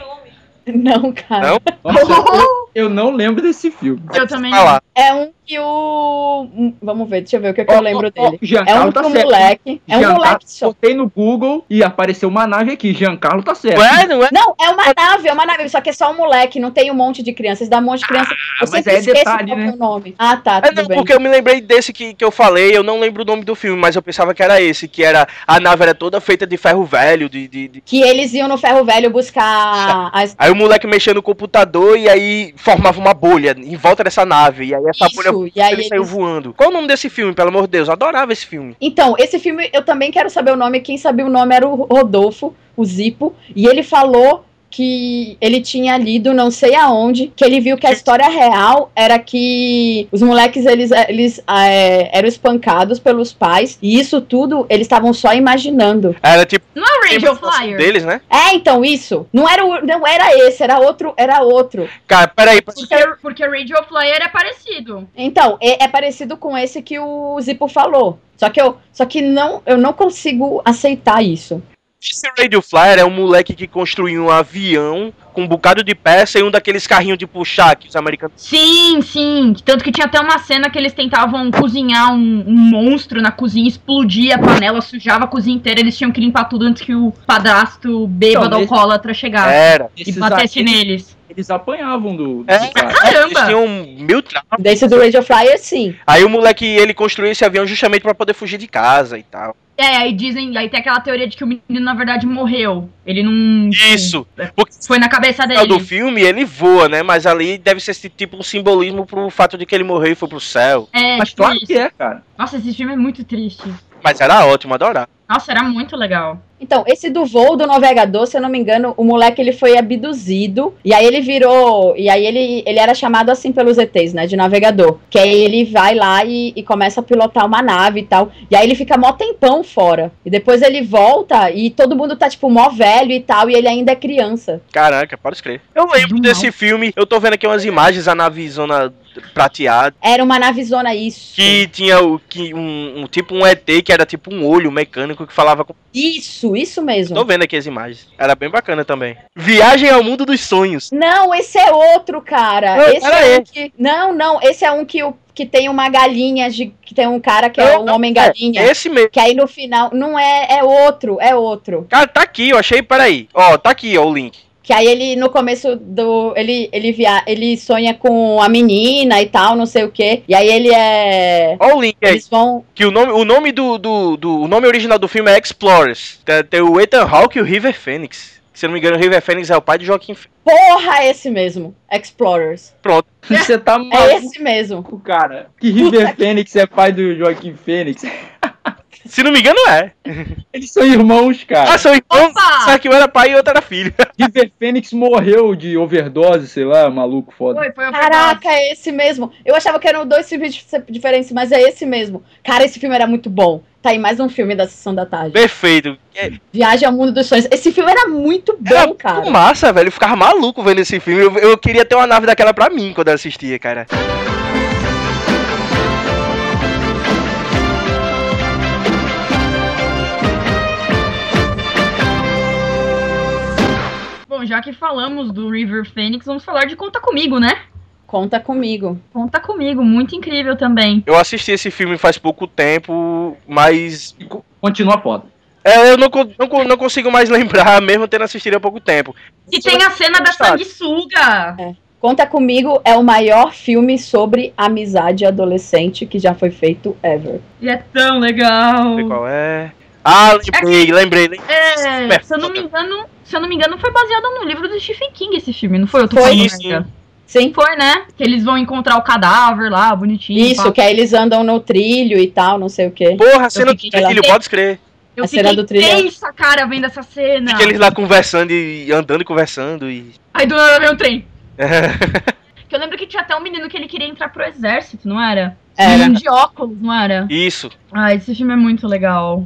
Speaker 5: Não, cara.
Speaker 2: Não?
Speaker 4: Nossa, eu, eu não lembro desse filme.
Speaker 3: Eu também
Speaker 2: Ah lá.
Speaker 5: É um que o. hum, Vamos ver, deixa eu ver o que, é que eu lembro
Speaker 4: Ó, ó, ó,
Speaker 5: dele.
Speaker 4: Giancarlo
Speaker 5: É um
Speaker 4: tá
Speaker 5: pro
Speaker 4: certo.
Speaker 5: moleque. É um
Speaker 4: Giancarlo,
Speaker 5: moleque só.
Speaker 4: Botei no Google e apareceu uma nave aqui. Giancarlo tá certo.
Speaker 2: Não é, não é?
Speaker 5: Não, é uma nave, é uma nave, só que é só um moleque, não tem um monte de crianças. Dá um monte de criança. eu
Speaker 2: Ah,
Speaker 4: mas
Speaker 5: sempre
Speaker 4: aí é
Speaker 5: esqueço
Speaker 4: detalhe,
Speaker 5: qual que
Speaker 4: né?
Speaker 5: é o nome. Ah, tá,
Speaker 2: É,
Speaker 5: tudo
Speaker 2: não,
Speaker 5: bem.
Speaker 2: porque eu me lembrei desse que, que eu falei, eu não lembro o nome do filme, mas eu pensava que era esse, que era a nave era toda feita de ferro velho, de- de- de
Speaker 5: Que eles iam no ferro velho buscar as.
Speaker 2: Aí o moleque mexia no computador e aí formava uma bolha em volta dessa nave. E aí essa bolha
Speaker 5: Isso, e aí
Speaker 2: ele saiu
Speaker 5: eles...
Speaker 2: voando. Qual o nome desse filme, pelo amor de Deus? Eu adorava esse filme.
Speaker 5: Então, esse filme eu também quero saber o nome. Quem sabia o nome era o Rodolfo, o Zipo, e ele falou que ele tinha lido não sei aonde, que ele viu que a história real era que os moleques eles, eles é, eram espancados pelos pais e isso tudo eles estavam só imaginando.
Speaker 2: Era tipo
Speaker 3: não. É Radio Flyer.
Speaker 2: deles, né?
Speaker 5: É, então isso. Não era o- não era esse, era outro, era outro.
Speaker 2: Cara, peraí.
Speaker 3: Porque, porque Radio Flyer é parecido.
Speaker 5: Então, é, é parecido com esse que o Zipo falou. Só que eu, só que não, eu não consigo aceitar isso.
Speaker 2: Esse Radio Flyer é um moleque que construiu um avião com um bocado de peça e um daqueles carrinhos de puxar que os americanos.
Speaker 3: Sim, sim. Tanto que tinha até uma cena que eles tentavam cozinhar um, um monstro na cozinha, explodia a panela, sujava a cozinha inteira, eles tinham que limpar tudo antes que o padrasto bêbado
Speaker 4: Então, nesse-
Speaker 3: alcoólatra chegasse
Speaker 2: Era.
Speaker 3: e
Speaker 4: Esses
Speaker 3: batesse
Speaker 4: aí,
Speaker 3: neles.
Speaker 4: Eles apanhavam do, do
Speaker 2: É.
Speaker 4: cara.
Speaker 2: Eles
Speaker 3: Caramba!
Speaker 2: tinham mil traumas.
Speaker 5: Desse do Radio Flyer, sim.
Speaker 2: Aí o moleque ele construiu esse avião justamente pra poder fugir de casa e tal.
Speaker 3: É, aí dizem, aí tem aquela teoria de que o menino na verdade morreu. Ele não.
Speaker 2: Isso.
Speaker 3: Foi na cabeça
Speaker 2: final do
Speaker 3: dele.
Speaker 2: filme ele voa, né? Mas ali deve ser esse tipo um simbolismo pro fato de que ele morreu e foi pro céu.
Speaker 3: É,
Speaker 4: Mas
Speaker 3: tipo
Speaker 4: claro
Speaker 3: isso.
Speaker 4: que é, cara.
Speaker 3: Nossa, esse filme é muito triste.
Speaker 2: Mas era ótimo, adorava.
Speaker 3: Nossa, era muito legal.
Speaker 5: Então, esse do voo do navegador, se eu não me engano, o moleque ele foi abduzido e aí ele virou, e aí ele, ele era chamado assim pelos ETs, né, de navegador. Que aí ele vai lá e, e começa a pilotar uma nave e tal. E aí ele fica mó tempão fora. E depois ele volta e todo mundo tá tipo mó velho e tal e ele ainda é criança.
Speaker 2: Caraca, pode escrever. Eu lembro
Speaker 3: Não.
Speaker 2: desse filme, eu tô vendo aqui umas imagens, a navezona prateada,
Speaker 5: Era uma navezona isso.
Speaker 2: que tinha o que um, um- tipo um ET que era tipo um olho mecânico que falava com.
Speaker 5: Isso, isso mesmo.
Speaker 2: Tô vendo aqui as imagens. Era bem bacana também. Viagem ao mundo dos sonhos.
Speaker 5: Não, esse é outro, cara.
Speaker 2: Não,
Speaker 5: esse
Speaker 2: era
Speaker 5: é um que. Não, não, esse é um que, o- que tem uma galinha, de- que tem um cara que é
Speaker 2: Não,
Speaker 5: um
Speaker 2: não,
Speaker 5: homem galinha.
Speaker 2: Esse mesmo.
Speaker 5: Que aí no final. Não é, é outro, é outro.
Speaker 2: Cara, tá aqui, eu achei, peraí. Ó, tá aqui, ó, o link.
Speaker 5: Que aí ele no começo do. Ele, ele, via, ele sonha com a menina e tal, não sei o quê. E aí ele é.
Speaker 2: Ó o link aí.
Speaker 5: Eles vão.
Speaker 2: Que o nome, o nome do, do, do- O nome original do filme é Explorers. Tem, tem o Ethan Hawke e o River Phoenix. Se eu não me engano, o River Phoenix é o pai de Joaquim Phoenix.
Speaker 5: Porra, é esse mesmo. Explorers.
Speaker 4: Você tá
Speaker 5: É
Speaker 4: maluco,
Speaker 5: esse mesmo.
Speaker 4: cara. Que River Fênix é pai do Joaquim Fênix.
Speaker 2: Se não me engano, é.
Speaker 4: Eles são irmãos, cara.
Speaker 2: Ah, são irmãos.
Speaker 3: Opa!
Speaker 2: Só que um era pai e o outro era filho.
Speaker 4: River Fênix morreu de overdose, sei lá, maluco foda.
Speaker 3: Foi, foi o
Speaker 5: Caraca, é esse mesmo. Eu achava que eram dois filmes dif- diferentes, mas é esse mesmo. Cara, esse filme era muito bom. Tá aí mais um filme da sessão da tarde.
Speaker 2: Perfeito. É,
Speaker 5: Viagem ao Mundo dos Sonhos. Esse filme era muito bom,
Speaker 2: Era muito
Speaker 5: cara.
Speaker 2: massa, velho. Eu ficava maluco vendo esse filme. Eu, eu queria ter uma nave daquela pra mim quando eu assistia, cara.
Speaker 3: Bom, já que falamos do River Phoenix, vamos falar de Conta Comigo, né?
Speaker 5: Conta comigo.
Speaker 3: Conta Comigo, muito incrível também.
Speaker 2: Eu assisti esse filme faz pouco tempo, mas.
Speaker 4: Continua foda.
Speaker 2: é, eu não, con- não, con- não consigo mais lembrar, mesmo tendo assistido há pouco tempo.
Speaker 3: E tem a cena da
Speaker 2: Sabe?
Speaker 3: sanguessuga.
Speaker 5: Conta Comigo é o maior filme sobre amizade adolescente que já foi feito ever.
Speaker 3: E é tão legal.
Speaker 2: Sei qual é. Ah, lembrei, lembrei, lembrei.
Speaker 3: É,
Speaker 2: Super
Speaker 3: se eu não
Speaker 2: foda.
Speaker 3: me engano, se eu não me engano, foi baseado no livro do Stephen King esse filme, não foi? Eu tô
Speaker 5: Foi.
Speaker 3: falando
Speaker 2: Sim,
Speaker 3: merda.
Speaker 5: Sim.
Speaker 3: Foi, né? Que eles vão encontrar o cadáver lá, bonitinho.
Speaker 5: Isso,
Speaker 3: pá.
Speaker 5: que aí eles andam no trilho e tal, não sei o quê.
Speaker 2: Porra, a cena do
Speaker 5: É fiquei lá.
Speaker 2: trilho, pode escrever.
Speaker 3: Eu
Speaker 5: é a
Speaker 3: fiquei
Speaker 5: cena do thriller.
Speaker 3: tensa, cara, vendo essa cena.
Speaker 2: Fica eles lá conversando e andando e conversando e.
Speaker 3: Aí do nada veio um trem. Que eu lembro que tinha até um menino que ele queria entrar pro exército, não era?
Speaker 5: Era.
Speaker 3: Um de óculos, não era?
Speaker 2: Isso.
Speaker 3: Ah, esse filme é muito legal.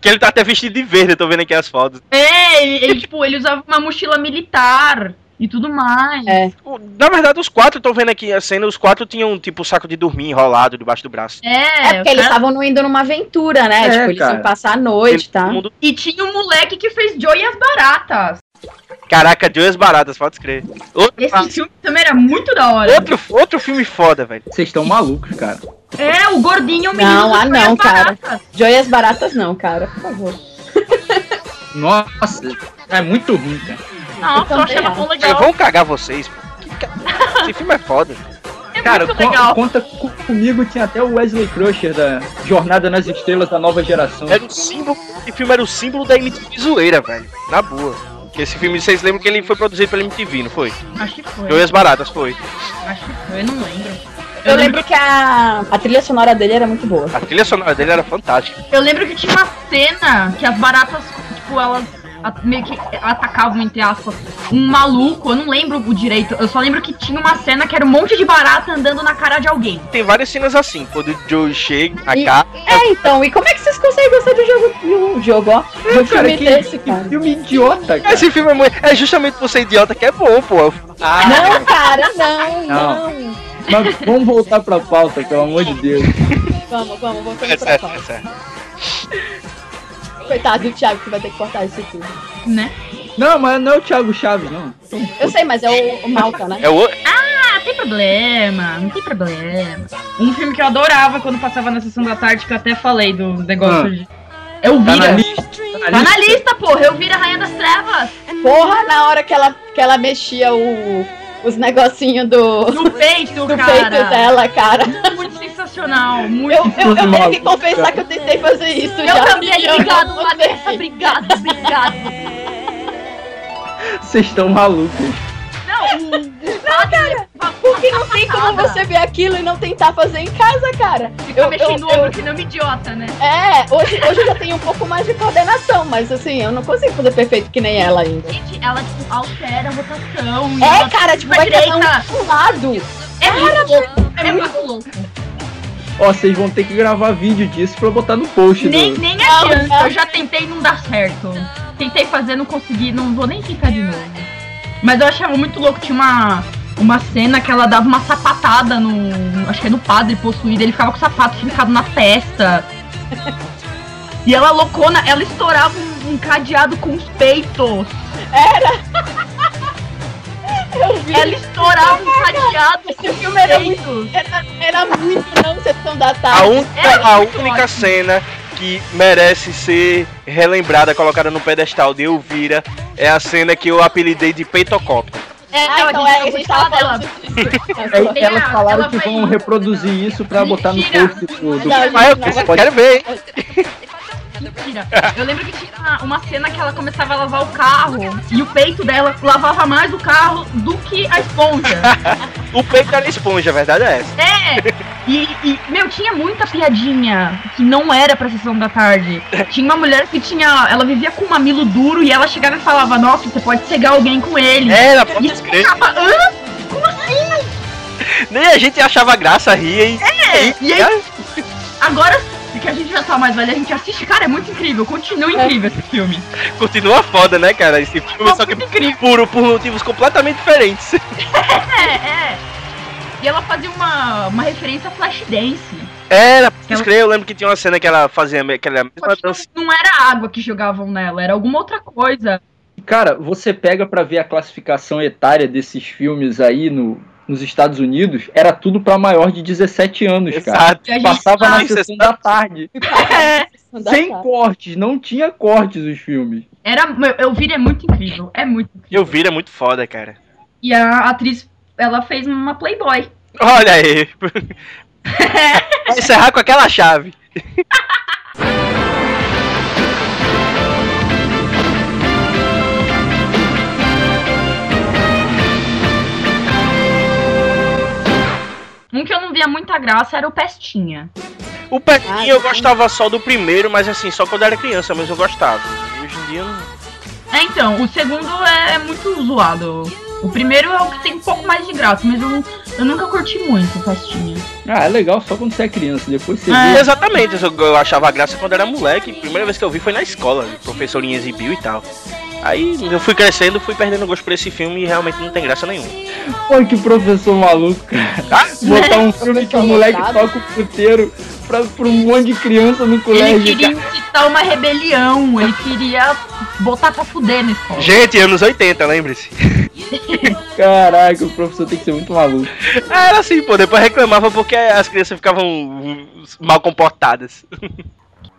Speaker 2: Que ele tá até vestido de verde, eu tô vendo aqui as fotos.
Speaker 3: É, ele, ele, tipo, ele usava uma mochila militar e tudo mais.
Speaker 5: É.
Speaker 2: O- Na verdade, os quatro, eu tô vendo aqui a cena, os quatro tinham tipo um saco de dormir enrolado debaixo do braço.
Speaker 3: É,
Speaker 5: É, porque eles
Speaker 3: cara-
Speaker 5: estavam não indo numa aventura, né?
Speaker 4: É,
Speaker 5: tipo, eles
Speaker 4: cara.
Speaker 5: iam passar a noite, tá?
Speaker 2: Todo mundo-
Speaker 3: E tinha um moleque que fez Joe e as Baratas.
Speaker 2: Caraca, deu as baratas, pode escrever. Outro,
Speaker 5: Ah.
Speaker 3: Esse filme também era muito da hora.
Speaker 2: outro, outro filme foda, velho.
Speaker 4: Vocês estão malucos, cara.
Speaker 3: É, o gordinho é o menino
Speaker 5: Não,
Speaker 3: do
Speaker 5: ah,
Speaker 3: Joe e
Speaker 5: não,
Speaker 3: as
Speaker 5: cara.
Speaker 3: Baratas.
Speaker 5: Joias baratas não, cara, por favor.
Speaker 4: Nossa, é muito ruim, cara.
Speaker 3: Nossa, eu
Speaker 5: também
Speaker 3: achava
Speaker 5: acho.
Speaker 3: tão
Speaker 2: Vocês
Speaker 3: legal.
Speaker 2: vão cagar vocês, pô. Que ca- Esse filme é foda.
Speaker 3: É
Speaker 4: Cara,
Speaker 3: muito
Speaker 4: con-
Speaker 3: legal.
Speaker 4: conta co- comigo, tinha até o Wesley Crusher da Jornada nas Estrelas da Nova Geração.
Speaker 3: É
Speaker 2: Era o símbolo. Esse filme era o símbolo da MTV zoeira, velho. Na boa. Que Esse filme, vocês lembram que ele foi produzido pela MTV, não foi?
Speaker 3: Acho que foi.
Speaker 2: Joias Baratas, foi.
Speaker 3: Acho que foi, não lembro.
Speaker 5: Eu lembro que a, a trilha sonora dele era muito boa.
Speaker 2: A trilha sonora dele era fantástica.
Speaker 3: Eu lembro que tinha uma cena que as baratas, tipo, elas a- meio que atacavam, entre aspas, um maluco. Eu não lembro o direito. Eu só lembro que tinha uma cena que era um monte de barata andando na cara de alguém.
Speaker 2: Tem várias cenas assim, quando o Joe chega, a
Speaker 5: E-
Speaker 2: cara.
Speaker 5: É, então, e como é que vocês conseguem gostar de um jogo, de um jogo ó? De um
Speaker 4: É, Cara,
Speaker 5: filme
Speaker 4: que,
Speaker 5: desse,
Speaker 4: que
Speaker 5: cara.
Speaker 4: Um filme idiota, cara.
Speaker 2: Esse filme é muito. É justamente você idiota que é bom, pô.
Speaker 5: Não, cara, não,
Speaker 4: Não.
Speaker 5: não.
Speaker 4: Mas vamos voltar pra pauta, pelo amor de Deus.
Speaker 5: Vamos, vamos, vamos
Speaker 2: É
Speaker 5: fazer pra
Speaker 2: certo,
Speaker 5: pauta.
Speaker 2: é certo.
Speaker 5: Coitado do Thiago que vai ter que cortar isso tudo.
Speaker 3: Né?
Speaker 4: Não, mas não é o Thiago Chaves, não.
Speaker 5: Eu sei, mas é o, o Malta, né?
Speaker 2: É o.
Speaker 3: Ah, tem problema, não tem problema. Um filme que eu adorava quando passava na sessão da tarde, que eu até falei do negócio
Speaker 4: Ah.
Speaker 3: de. Eu
Speaker 4: Tá na
Speaker 3: vira.
Speaker 4: lista. Tá
Speaker 3: Tá
Speaker 4: na
Speaker 3: na lista, porra, eu vira a Rainha das Trevas.
Speaker 5: Porra, na hora que ela, que ela mexia o, os negocinhos do,
Speaker 3: No peito,
Speaker 5: do
Speaker 3: cara.
Speaker 5: peito dela, cara.
Speaker 3: Muito sensacional, muito.
Speaker 5: Eu, eu, eu tenho que
Speaker 4: Maluco,
Speaker 5: confessar
Speaker 4: cara.
Speaker 5: que eu tentei fazer isso
Speaker 3: Eu
Speaker 5: já.
Speaker 3: também,
Speaker 5: e eu
Speaker 3: obrigado,
Speaker 5: não
Speaker 3: Vanessa,
Speaker 5: consegui.
Speaker 3: obrigado, obrigado.
Speaker 4: lista. Vocês estão malucos.
Speaker 3: Não, o, o fato cara,
Speaker 5: Porque não tem como você ver aquilo e não tentar fazer em casa, cara.
Speaker 3: Fica mexendo o ombro que não é idiota, né?
Speaker 5: É, hoje, hoje eu já tenho um pouco mais de coordenação, mas assim, eu não consigo fazer perfeito que nem ela ainda.
Speaker 3: Gente, ela tipo, altera a rotação. e
Speaker 5: É,
Speaker 3: ela-
Speaker 5: cara, tipo,
Speaker 3: pra
Speaker 5: vai
Speaker 3: direita.
Speaker 5: cada um pro lado.
Speaker 3: É muito louco. É muito louco.
Speaker 4: Ó, vocês vão ter que gravar vídeo disso pra botar no post
Speaker 3: Nem,
Speaker 4: do...
Speaker 3: nem
Speaker 5: Não,
Speaker 3: adianta.
Speaker 5: não.
Speaker 3: Eu já tentei não dar certo. Tentei fazer, não consegui. Não vou nem tentar de novo. Mas eu achava muito louco. Tinha uma, uma cena que ela dava uma sapatada no. Acho que é no padre possuído. Ele ficava com o sapato fincado na testa. E ela loucona, ela estourava um, um cadeado com os peitos.
Speaker 5: Eu vi.
Speaker 3: Ela estourava um cadeado com
Speaker 5: Esse
Speaker 3: os
Speaker 5: filme era muito.
Speaker 3: peitos.
Speaker 5: Era, era muito não sessão da
Speaker 2: A,
Speaker 4: um
Speaker 5: tarde.
Speaker 2: un-
Speaker 3: É,
Speaker 2: a
Speaker 3: muito
Speaker 2: única
Speaker 3: ótimo.
Speaker 2: cena que merece ser relembrada, colocada no pedestal de Elvira, é a cena que eu apelidei de peitocóptero.
Speaker 3: É,
Speaker 5: Ah,
Speaker 3: não,
Speaker 5: então é, a
Speaker 3: eu
Speaker 5: gente
Speaker 3: gostava
Speaker 5: tava falando disso.
Speaker 4: Aí elas
Speaker 3: Ela-
Speaker 4: É, falaram
Speaker 3: ela
Speaker 4: que
Speaker 3: vai
Speaker 4: vão
Speaker 3: indo,
Speaker 4: reproduzir
Speaker 3: né?
Speaker 4: isso pra botar no
Speaker 3: Mentira.
Speaker 4: post do... do...
Speaker 5: Não, gente,
Speaker 2: Mas eu
Speaker 5: não.
Speaker 2: quero- quero ver, hein?
Speaker 3: Mentira. Eu lembro que tinha uma- uma cena que ela começava a lavar o carro e o peito dela lavava mais o carro do que a esponja.
Speaker 2: O peito era esponja, a verdade é essa.
Speaker 3: E, e, meu, tinha muita piadinha que não era pra sessão da tarde. Tinha uma mulher que tinha. Ela vivia com um mamilo duro e ela chegava e falava: Nossa, você pode cegar alguém com ele.
Speaker 2: Era,
Speaker 3: E
Speaker 2: É, pode
Speaker 3: eu
Speaker 2: escrever.
Speaker 3: ficava, "Hã?"
Speaker 2: Nem a gente achava graça, ria e.
Speaker 3: E aí, agora que a gente já tá mais velha, a gente assiste. Cara, é muito incrível. Continua incrível esse filme.
Speaker 2: Continua foda, né, cara? Esse filme, só que puro por motivos completamente diferentes.
Speaker 3: É, é. E ela fazia uma, uma referência a Flashdance.
Speaker 2: Era, É, pode
Speaker 3: Então-
Speaker 2: escrever. Eu lembro que tinha uma cena que ela fazia me- aquela mesma dança.
Speaker 3: Não era água que jogavam nela, era alguma outra coisa.
Speaker 4: Cara, você pega pra ver a classificação etária desses filmes aí no... nos Estados Unidos, era tudo pra maior de 17 anos, cara.
Speaker 2: Exato. Ah,
Speaker 3: E a gente
Speaker 4: Passava na
Speaker 2: Isso, é
Speaker 4: sessão da tarde.
Speaker 3: É.
Speaker 5: Sessão da
Speaker 4: Sem
Speaker 5: tarde.
Speaker 4: cortes, não tinha cortes os filmes.
Speaker 3: Era, meu, eu vi, é muito incrível, é muito incrível.
Speaker 2: Eu vira muito foda, cara.
Speaker 3: E a atriz ela fez uma Playboy.
Speaker 2: Olha aí. Vai encerrar com aquela chave.
Speaker 3: Um que eu não via muita graça era o Pestinha.
Speaker 2: O Pequinho
Speaker 5: Ai,
Speaker 2: eu
Speaker 5: sim.
Speaker 2: gostava só do primeiro, mas assim, só quando era criança, mas eu gostava. Hoje em dia eu não.
Speaker 3: É, então, o segundo é, é muito zoado. O primeiro é o que tem um pouco mais de graça, mas eu, eu nunca curti muito o Pestinha.
Speaker 4: Ah, é legal só quando você é criança, depois você
Speaker 3: É.
Speaker 4: vê.
Speaker 2: Exatamente, Ah, eu, eu achava graça quando era moleque. A primeira vez que eu vi foi na escola, a professorinha exibiu e tal. Aí eu fui crescendo, fui perdendo gosto por esse filme e realmente não tem graça nenhuma.
Speaker 4: Pô, que professor maluco, cara.
Speaker 2: Ah,
Speaker 4: Botar um filme que o moleque
Speaker 5: Coitado.
Speaker 4: toca o puteiro pra, pra um monte de criança no
Speaker 3: Ele
Speaker 4: colégio.
Speaker 3: queria
Speaker 4: cara.
Speaker 3: incitar uma rebelião, ele queria botar pra fuder na escola.
Speaker 2: Gente, anos 80, lembre-se.
Speaker 4: Caraca, o professor tem que ser muito maluco.
Speaker 2: Era assim, pô, depois reclamava porque as crianças ficavam hum, mal comportadas.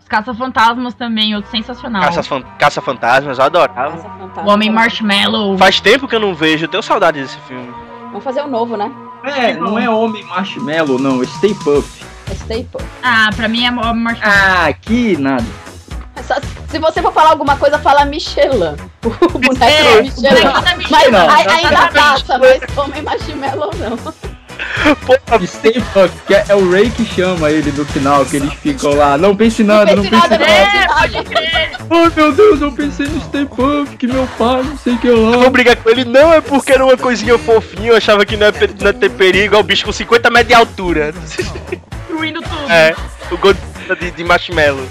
Speaker 3: Os Caça-Fantasmas também, outro sensacional.
Speaker 2: Caças fan- Caça-fantasmas, eu adorava.
Speaker 5: Nossa,
Speaker 3: O
Speaker 5: fantástico.
Speaker 3: Homem Marshmallow.
Speaker 2: Faz tempo que eu não vejo, eu tenho saudade desse filme.
Speaker 5: Vamos fazer um novo, né?
Speaker 4: É, não é homem marshmallow, não. é Stay Puff.
Speaker 5: Stay put.
Speaker 3: Ah, pra mim é Homem Marshmallow.
Speaker 4: Ah, que nada.
Speaker 5: Só- se você for falar alguma coisa, fala Michelin. O boneco
Speaker 3: É,
Speaker 5: é,
Speaker 3: o boneco
Speaker 5: Michelin.
Speaker 3: da
Speaker 5: Mas
Speaker 4: Não,
Speaker 5: ai-
Speaker 3: tá
Speaker 4: não,
Speaker 5: ainda tá. passa, mas homem marshmallow não.
Speaker 2: Pô,
Speaker 4: Stay Puff, que é, é o Ray que chama ele no final, que eles ficam lá. Não pense em nada, não
Speaker 5: pense
Speaker 4: pense
Speaker 5: em
Speaker 4: em nada. né?
Speaker 5: nada,
Speaker 3: É, pode crer.
Speaker 4: Oh, meu Deus, eu pensei no Stay Puff, que meu pai, não sei o que lá.
Speaker 2: vou brigar com ele, não é porque era uma coisinha fofinha, eu achava que não ia, pe- não ia ter perigo, é o bicho com 50 metros de altura.
Speaker 3: Destruindo tudo.
Speaker 2: É, o Godzilla de, de marshmallow.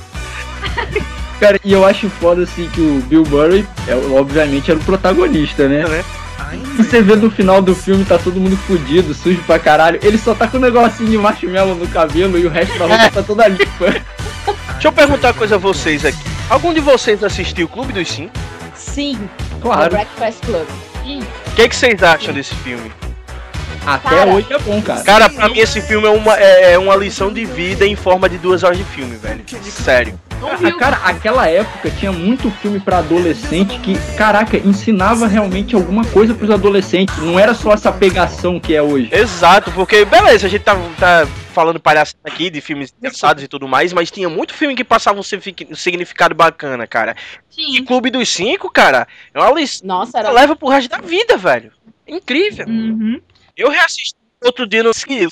Speaker 4: Cara, e eu acho foda assim que o Bill Murray, é, obviamente, era o protagonista, né?
Speaker 2: Né?
Speaker 4: E Você vê no final do filme, tá todo mundo fudido, sujo pra caralho. Ele só tá com um negocinho de marshmallow no cabelo e o resto da roupa tá toda limpa.
Speaker 2: Deixa eu perguntar uma coisa a vocês aqui. Algum de vocês assistiu o Clube dos Cinco?
Speaker 5: Sim, o
Speaker 4: Claro,
Speaker 5: Breakfast Club.
Speaker 2: O que, é que vocês acham desse filme?
Speaker 4: até
Speaker 5: Cara.
Speaker 4: hoje é bom, cara.
Speaker 2: Cara, pra mim esse filme é uma, é, é uma lição de vida em forma de duas horas de filme, velho. Sério.
Speaker 3: Não
Speaker 4: Ah,
Speaker 3: viu?
Speaker 4: Cara, aquela época tinha muito filme pra adolescente que, caraca, ensinava realmente alguma coisa pros adolescentes. Não era só essa pegação que é hoje.
Speaker 2: Exato, porque, beleza, a gente tá, tá falando palhaçada aqui de filmes engraçados e tudo mais, mas tinha muito filme que passava um signifi- um significado bacana, cara. E
Speaker 3: Sim.
Speaker 2: Clube dos Cinco, cara, é uma lição
Speaker 5: Nossa,
Speaker 2: que
Speaker 5: era.
Speaker 2: leva pro resto da vida, velho. Incrível.
Speaker 3: Uhum.
Speaker 2: Eu reassisti outro dia no cinema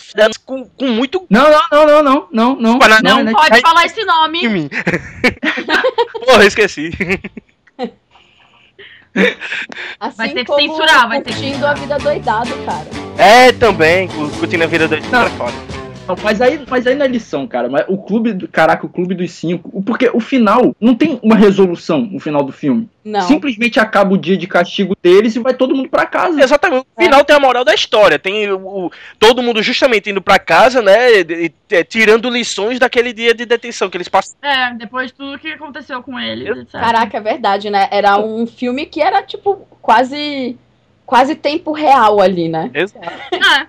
Speaker 2: com, com muito
Speaker 4: Não, não, não, não, não, não, não.
Speaker 2: Mas
Speaker 4: não,
Speaker 3: Não
Speaker 4: né?
Speaker 3: pode falar esse nome.
Speaker 2: mim. Porra, eu esqueci.
Speaker 5: Assim
Speaker 3: Vai ter que
Speaker 5: como
Speaker 3: censurar, vai ter que
Speaker 5: Curtindo a vida doidado, cara.
Speaker 2: É, também, cu- curtindo a vida da
Speaker 4: Não.
Speaker 2: fora.
Speaker 4: Não, mas aí, mas aí na lição, cara, mas o clube, do, caraca, o clube dos cinco, o- porque o final não tem uma resolução no final do filme.
Speaker 5: Não.
Speaker 4: Simplesmente acaba o dia de castigo deles e vai todo mundo pra casa.
Speaker 2: Exatamente. O final tem a moral da história. Tem o, o- todo mundo justamente indo pra casa, né? e- e- é, tirando lições daquele dia de detenção que eles passaram.
Speaker 3: É, depois de tudo que aconteceu com ele. etc.
Speaker 5: Caraca, é verdade, né? Era um filme que era, tipo, quase. Quase tempo real ali, né?
Speaker 3: Ah,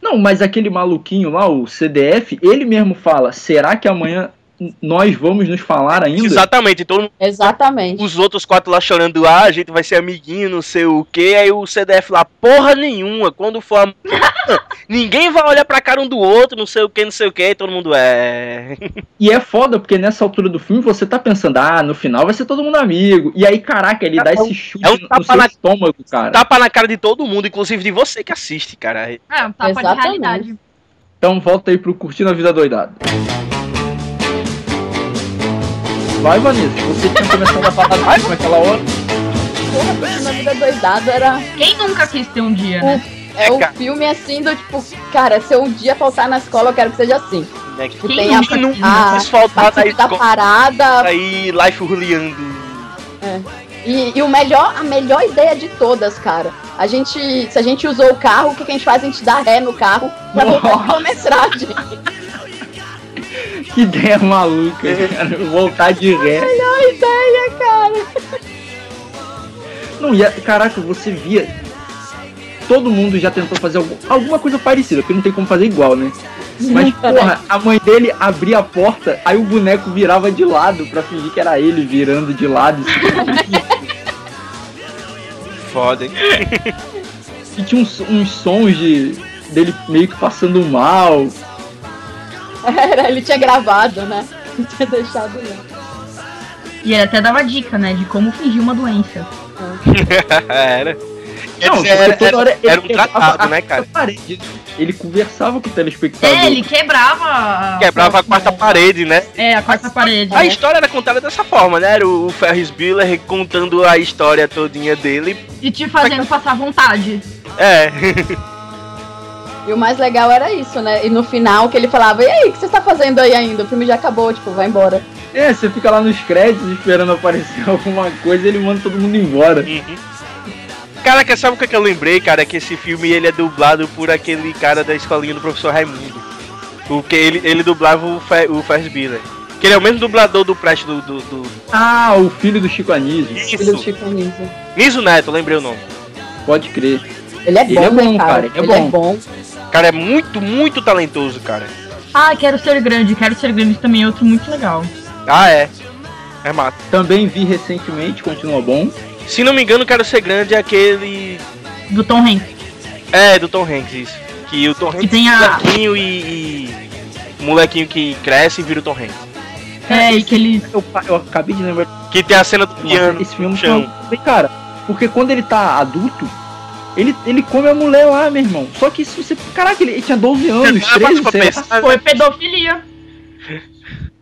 Speaker 4: Não, mas aquele maluquinho lá, o CDF, ele mesmo fala: será que amanhã n- nós vamos nos falar ainda?
Speaker 2: Exatamente. Todo mundo-
Speaker 5: Exatamente.
Speaker 2: os outros quatro lá chorando, ah, a gente vai ser amiguinho, não sei o quê. Aí o CDF lá, porra nenhuma. Quando for am- Ninguém vai olhar pra cara um do outro, não sei o que, não sei o que. Todo mundo é.
Speaker 4: E é foda, porque nessa altura do filme você tá pensando: ah, no final vai ser todo mundo amigo. E aí, caraca, ele dá esse chute
Speaker 2: é um
Speaker 4: no
Speaker 2: tapa
Speaker 4: seu
Speaker 2: na-
Speaker 4: estômago, cara.
Speaker 2: Tapa na cara de todo mundo, inclusive de você que assiste, cara.
Speaker 3: é, um tapa de
Speaker 5: Exatamente.
Speaker 3: realidade.
Speaker 4: Então volta aí pro Curtindo a Vida Doidado. Vai, Vanessa. Você tinha começado a falar do filme naquela hora.
Speaker 5: Porra, Curtindo a vida doidado era.
Speaker 3: Quem nunca quis ter um dia, né?
Speaker 5: É
Speaker 2: É,
Speaker 5: um
Speaker 2: cara.
Speaker 5: filme assim do tipo, cara, se eu um dia faltar na escola, eu quero que seja assim.
Speaker 2: né? Que Ah,
Speaker 5: Quem tem a,
Speaker 2: não
Speaker 5: a,
Speaker 2: quis faltar na
Speaker 5: partida da
Speaker 2: escola
Speaker 5: parada.
Speaker 2: aí, life hurleando.
Speaker 5: E, e o melhor, a melhor ideia de todas, cara. A gente. Se a gente usou o carro, o que, que a gente faz? A gente dá ré no carro pra voltar a quilometragem.
Speaker 4: Que ideia maluca, cara. Voltar de ré.
Speaker 5: É. Melhor ideia, cara.
Speaker 4: Não, e a- caraca, você via. Todo mundo já tentou fazer algum- alguma coisa parecida, porque não tem como fazer igual, né? Mas,
Speaker 5: Nunca, né?
Speaker 4: porra, a mãe dele abria a porta, aí o boneco virava de lado pra fingir que era ele virando assim. de lado.
Speaker 2: Foda, hein?
Speaker 4: E tinha uns, uns sons de dele meio que passando mal.
Speaker 5: Era, ele tinha gravado, né? Não tinha deixado não.
Speaker 3: E ele até dava dica, né? De como fingir uma doença.
Speaker 2: era. Quer
Speaker 4: Não,
Speaker 2: dizer,
Speaker 4: porque
Speaker 2: era,
Speaker 4: toda
Speaker 2: era-
Speaker 4: hora ele
Speaker 2: era um
Speaker 4: pegava
Speaker 2: tratado,
Speaker 4: a
Speaker 2: né, cara?
Speaker 4: quarta parede. Ele conversava com o telespectador.
Speaker 3: É, ele quebrava. a-
Speaker 2: Quebrava a quarta parede, né?
Speaker 3: É, a quarta parede.
Speaker 2: A
Speaker 3: né?
Speaker 2: história era contada dessa forma, né? Era o Ferris Bueller contando a história todinha dele.
Speaker 3: E te fazendo passar vontade.
Speaker 2: É,
Speaker 5: E o mais legal era isso, né? E no final que ele falava, e aí, o que você tá fazendo aí ainda? O filme já acabou, tipo, vai embora.
Speaker 4: É, você fica lá nos créditos esperando aparecer alguma coisa ele manda todo mundo embora.
Speaker 2: Uhum. Caraca, sabe o que, é que eu lembrei, cara? Que esse filme ele é dublado por aquele cara da escolinha do professor Raimundo. Porque ele, ele dublava o, Fe, o Ferris Bueller. Que ele é o mesmo dublador do Prest do. do, do...
Speaker 4: Ah, o filho do Chico Anísio.
Speaker 5: Filho do
Speaker 2: Isso!
Speaker 5: Chico Anísio.
Speaker 2: Niso Neto, lembrei o nome.
Speaker 4: Pode crer.
Speaker 5: Ele é
Speaker 4: Ele
Speaker 5: bom,
Speaker 4: é bom,
Speaker 5: né,
Speaker 4: cara,
Speaker 5: cara?
Speaker 4: ele é
Speaker 5: Ele
Speaker 4: bom.
Speaker 5: é bom.
Speaker 2: Cara, é muito, muito talentoso, cara.
Speaker 3: Ah, quero ser grande, quero ser grande também é outro muito legal.
Speaker 2: Ah, é. É mato.
Speaker 4: Também vi recentemente, continua bom.
Speaker 2: Se não me engano, Quero Ser Grande é aquele.
Speaker 3: Do Tom Hanks.
Speaker 2: É, do Tom Hanks, isso. Que o Tom Hanks
Speaker 3: Que tem a.
Speaker 2: molequinho e. e... Molequinho que cresce e vira o Tom Hanks.
Speaker 3: É, e que ele.
Speaker 4: Eu, eu acabei de lembrar
Speaker 2: Que tem a cena do piano.
Speaker 4: esse filme
Speaker 2: chão.
Speaker 4: foi um bem, cara. Porque quando ele tá adulto, ele, ele come a mulher lá, meu irmão. Só que se você. Caraca, ele, ele tinha 12 anos,
Speaker 2: Você para
Speaker 4: 13,
Speaker 2: pra
Speaker 4: sei lá.
Speaker 2: pensar,
Speaker 3: Foi pedofilia.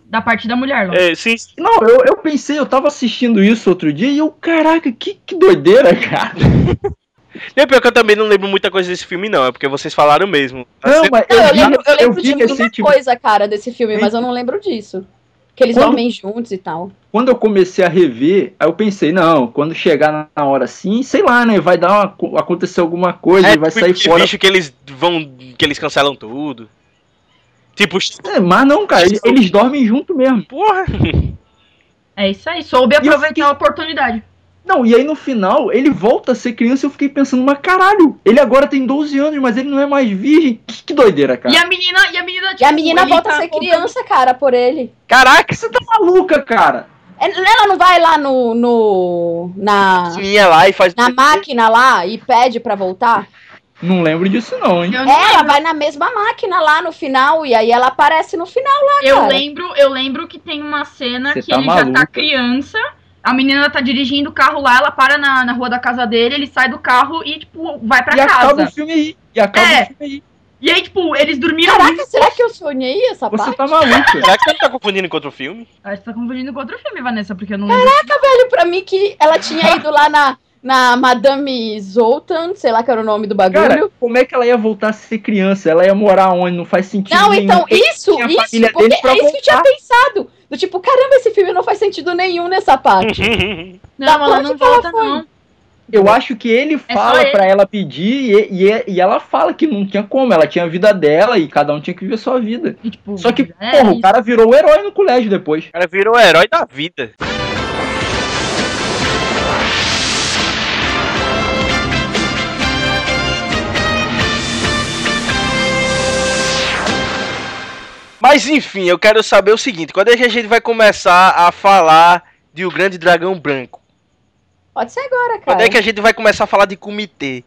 Speaker 3: Da parte da mulher, Lô.
Speaker 2: É, sim,
Speaker 4: Não, eu, eu pensei, eu tava assistindo isso outro dia e eu, caraca, que, que doideira, cara.
Speaker 2: É pior que eu também não lembro muita coisa desse filme, não. É porque vocês falaram mesmo. Tá
Speaker 4: Não,
Speaker 2: certo?
Speaker 4: mas
Speaker 5: Eu,
Speaker 4: eu, vi-
Speaker 5: lembro, eu
Speaker 4: eu
Speaker 5: lembro
Speaker 4: vi
Speaker 5: de muita
Speaker 4: recentemente-
Speaker 5: coisa, cara, desse filme, mas eu não lembro disso. Que eles
Speaker 4: Quando-
Speaker 5: dormem juntos e tal.
Speaker 4: quando eu comecei a rever, aí eu pensei, não, quando chegar na hora assim, sei lá, né, vai dar uma co- acontecer alguma coisa,
Speaker 2: é,
Speaker 4: ele vai
Speaker 2: tipo
Speaker 4: sair
Speaker 2: de
Speaker 4: fora.
Speaker 2: bicho que eles vão. que eles cancelam tudo. Tipo,
Speaker 4: É, mas não, cara, eles, eles dormem junto mesmo.
Speaker 2: porra.
Speaker 3: É isso aí, soube aproveitar a oportunidade.
Speaker 4: Não, e aí no final, ele volta a ser criança e eu fiquei pensando, mas caralho, ele agora tem 12 anos, mas ele não é mais virgem. Que, que doideira, cara.
Speaker 3: E a menina, e a menina,
Speaker 5: E a
Speaker 3: tipo,
Speaker 5: menina
Speaker 3: ele
Speaker 5: volta
Speaker 3: tá
Speaker 5: a ser
Speaker 3: voltando-
Speaker 5: criança, cara, por ele. É,
Speaker 2: Caraca,
Speaker 4: Você tá maluca, cara.
Speaker 5: Ela não vai lá no. no
Speaker 4: Ah.
Speaker 5: na,
Speaker 2: minha lá e faz.
Speaker 5: na máquina lá e pede pra voltar? É,
Speaker 4: Não lembro disso não, hein.
Speaker 3: assim, Eu, não-
Speaker 5: Ela vai na mesma máquina lá no final e aí ela aparece no final.
Speaker 3: eu
Speaker 5: cara.
Speaker 3: lembro, eu lembro que tem uma cena
Speaker 4: Você
Speaker 3: que
Speaker 4: tá
Speaker 3: ele já
Speaker 4: maluca.
Speaker 3: tá criança. A menina tá dirigindo o carro lá, ela para na, na rua da casa dele, ele sai do carro e, tipo, vai pra
Speaker 4: E acaba
Speaker 3: casa.
Speaker 4: o filme aí. E acaba
Speaker 3: É.
Speaker 4: o filme aí.
Speaker 3: E aí, tipo, eles dormiram
Speaker 5: Caraca, será que eu sonhei essa
Speaker 4: Você
Speaker 5: parte?
Speaker 4: tá maluca.
Speaker 2: Será que ele tá confundindo com outro filme?
Speaker 3: Ah, você tá confundindo com outro filme, Vanessa, porque eu não lembro.
Speaker 5: Velho, pra mim que ela tinha ido lá na, na Madame Zoltan, sei lá que era o nome do bagulho.
Speaker 4: Cara, como é que ela ia voltar a ser criança? Ela ia morar onde? Não faz sentido
Speaker 5: Não,
Speaker 4: nenhum.
Speaker 5: então, isso,
Speaker 4: tinha a família
Speaker 5: isso,
Speaker 4: dele
Speaker 5: porque
Speaker 4: pra
Speaker 5: é isso que eu tinha
Speaker 4: voltar.
Speaker 5: pensado. Do tipo, caramba, esse filme não faz sentido nenhum nessa parte. Da
Speaker 3: Não, ela
Speaker 5: parte
Speaker 3: não
Speaker 5: que ela
Speaker 3: volta,
Speaker 5: foi.
Speaker 3: não.
Speaker 4: Eu acho que ele
Speaker 3: É
Speaker 4: fala
Speaker 3: só ele.
Speaker 4: pra ela pedir e, e- e ela fala que não tinha como, ela tinha a vida dela e cada um tinha que viver sua vida.
Speaker 3: E, tipo,
Speaker 4: Só que,
Speaker 3: é
Speaker 4: porra, o
Speaker 3: isso.
Speaker 4: cara virou o herói no colégio depois.
Speaker 2: O cara virou o herói da vida. Mas enfim, eu quero saber o seguinte: quando é que a gente vai começar a falar de O Grande Dragão Branco?
Speaker 5: Pode ser agora,
Speaker 2: Quando
Speaker 5: cara.
Speaker 2: é que a gente vai começar a falar de comitê?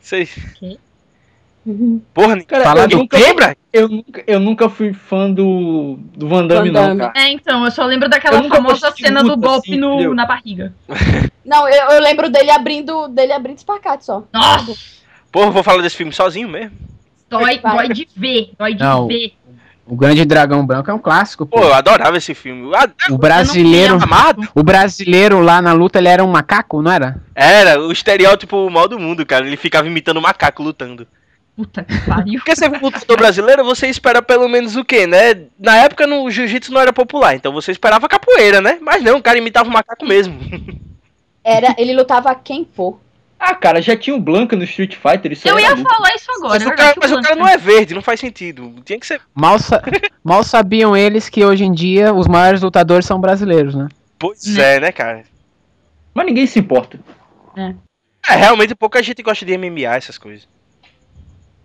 Speaker 2: Vocês.
Speaker 5: Uhum.
Speaker 2: Porra, ninguém
Speaker 4: Cara,
Speaker 1: Falar
Speaker 4: eu,
Speaker 1: do
Speaker 4: nunca,
Speaker 2: lembra?
Speaker 4: eu, nunca, eu nunca fui fã do, do Van Damme,
Speaker 5: Van
Speaker 4: não,
Speaker 5: Damme.
Speaker 4: cara.
Speaker 3: É, então, eu só lembro
Speaker 4: Eu
Speaker 3: daquela
Speaker 4: nunca
Speaker 3: famosa
Speaker 4: gostei de
Speaker 3: cena do
Speaker 4: luta,
Speaker 3: golpe
Speaker 4: assim,
Speaker 3: no-
Speaker 4: entendeu?
Speaker 3: na barriga.
Speaker 5: Não, eu, eu lembro dele abrindo dele abrindo espacate só.
Speaker 3: Nossa,
Speaker 2: Porra, vou falar desse filme sozinho mesmo.
Speaker 3: dói, dói
Speaker 5: Vai.
Speaker 3: de ver, dói de
Speaker 1: Não,
Speaker 3: ver.
Speaker 1: O Grande Dragão Branco é um clássico, pô.
Speaker 2: Pô, eu adorava esse filme. Eu ad-
Speaker 1: O brasileiro,
Speaker 3: Eu não
Speaker 2: Amado?
Speaker 1: o brasileiro lá na luta ele era um macaco, não era?
Speaker 2: Era o estereótipo mal do mundo, cara. Ele ficava imitando um macaco lutando.
Speaker 3: Puta que pariu.
Speaker 2: Porque você vê um lutador brasileiro, você espera pelo menos o quê, né? Na época no jiu-jitsu não era popular, então você esperava capoeira, né? Mas não, o cara imitava o macaco mesmo.
Speaker 5: Era, ele lutava quem pô.
Speaker 4: Ah, cara, já tinha o Blanca no Street Fighter, isso
Speaker 3: Eu
Speaker 4: aí é
Speaker 3: ia
Speaker 4: era muito-
Speaker 3: falar isso agora,
Speaker 2: mas
Speaker 3: é
Speaker 2: o
Speaker 3: verdade,
Speaker 2: cara, mas o cara não é verde, não faz sentido. Tinha que ser.
Speaker 1: Mal, sa- mal sabiam eles que hoje em dia os maiores lutadores são brasileiros, né?
Speaker 2: Pois
Speaker 3: Né?
Speaker 2: é, né, cara?
Speaker 4: Mas ninguém se importa.
Speaker 2: É, realmente pouca gente gosta de MMA, essas coisas.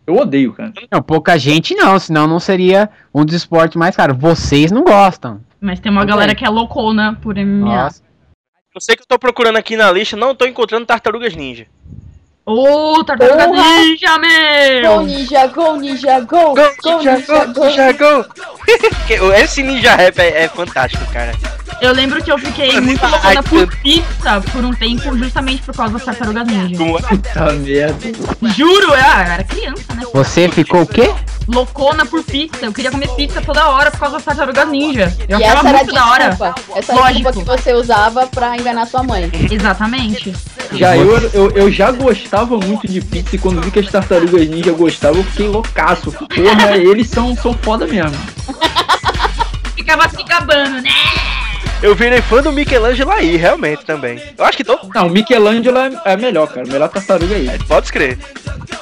Speaker 4: Eu odeio, cara.
Speaker 1: Não, pouca gente não, senão não seria um dos esportes mais caros. Vocês não gostam.
Speaker 3: Mas tem uma
Speaker 1: Tudo
Speaker 3: galera
Speaker 1: bem.
Speaker 3: que é loucona por MMA.
Speaker 1: Nossa.
Speaker 2: Eu sei que eu tô procurando aqui na lista, não tô encontrando tartarugas ninja.
Speaker 3: Ô, tartaruga
Speaker 5: Porra!
Speaker 3: ninja,
Speaker 5: Go
Speaker 3: meu!
Speaker 5: ninja, go ninja, go!
Speaker 2: Go,
Speaker 5: Go
Speaker 2: ninja,
Speaker 5: ninja,
Speaker 2: go, ninja, go. Esse ninja rap é, é fantástico, cara.
Speaker 3: Eu lembro que eu fiquei muito loucona por pizza por um tempo, justamente por causa das tartarugas ninja.
Speaker 2: é?
Speaker 4: Puta merda.
Speaker 3: Juro, eu ah, eu era criança, né?
Speaker 1: Você ficou o quê?
Speaker 3: Loucona por pizza. Eu queria comer pizza toda hora por causa das tartarugas ninja. Eu
Speaker 5: E
Speaker 3: achava
Speaker 5: essa era a
Speaker 3: muito da hora.
Speaker 5: desculpa. Essa era a desculpa que
Speaker 3: Lógico.
Speaker 5: você usava pra enganar sua mãe.
Speaker 3: Exatamente.
Speaker 4: Já eu, eu, eu já gostava muito de pizza e quando vi que as tartarugas ninja gostavam, eu fiquei loucaço. Porra, eles são, são foda mesmo.
Speaker 3: Ficava se gabando, né?
Speaker 2: Eu virei fã do Michelangelo aí, realmente também. Eu acho que tô.
Speaker 4: Não, Michelangelo é, é melhor, cara. Melhor tartaruga aí.
Speaker 2: Pode escrever.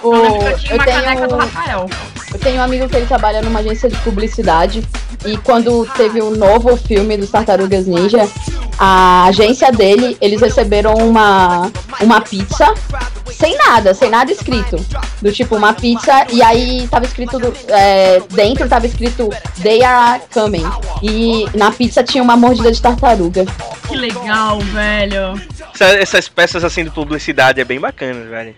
Speaker 5: O-
Speaker 3: Eu lembro que eu tinha
Speaker 5: eu
Speaker 3: uma caneca do
Speaker 5: tenho um-
Speaker 3: Rafael.
Speaker 5: Eu tenho um amigo que ele trabalha numa agência de publicidade e quando teve o novo filme dos Tartarugas Ninja, a agência dele, eles receberam uma, uma pizza sem nada, sem nada escrito. Do tipo, uma pizza, e aí tava escrito do- é, dentro, tava escrito They are coming. E na pizza tinha uma mordida de tartaruga.
Speaker 3: Que legal, velho.
Speaker 2: Essa- essas peças assim de publicidade é bem bacana, velho.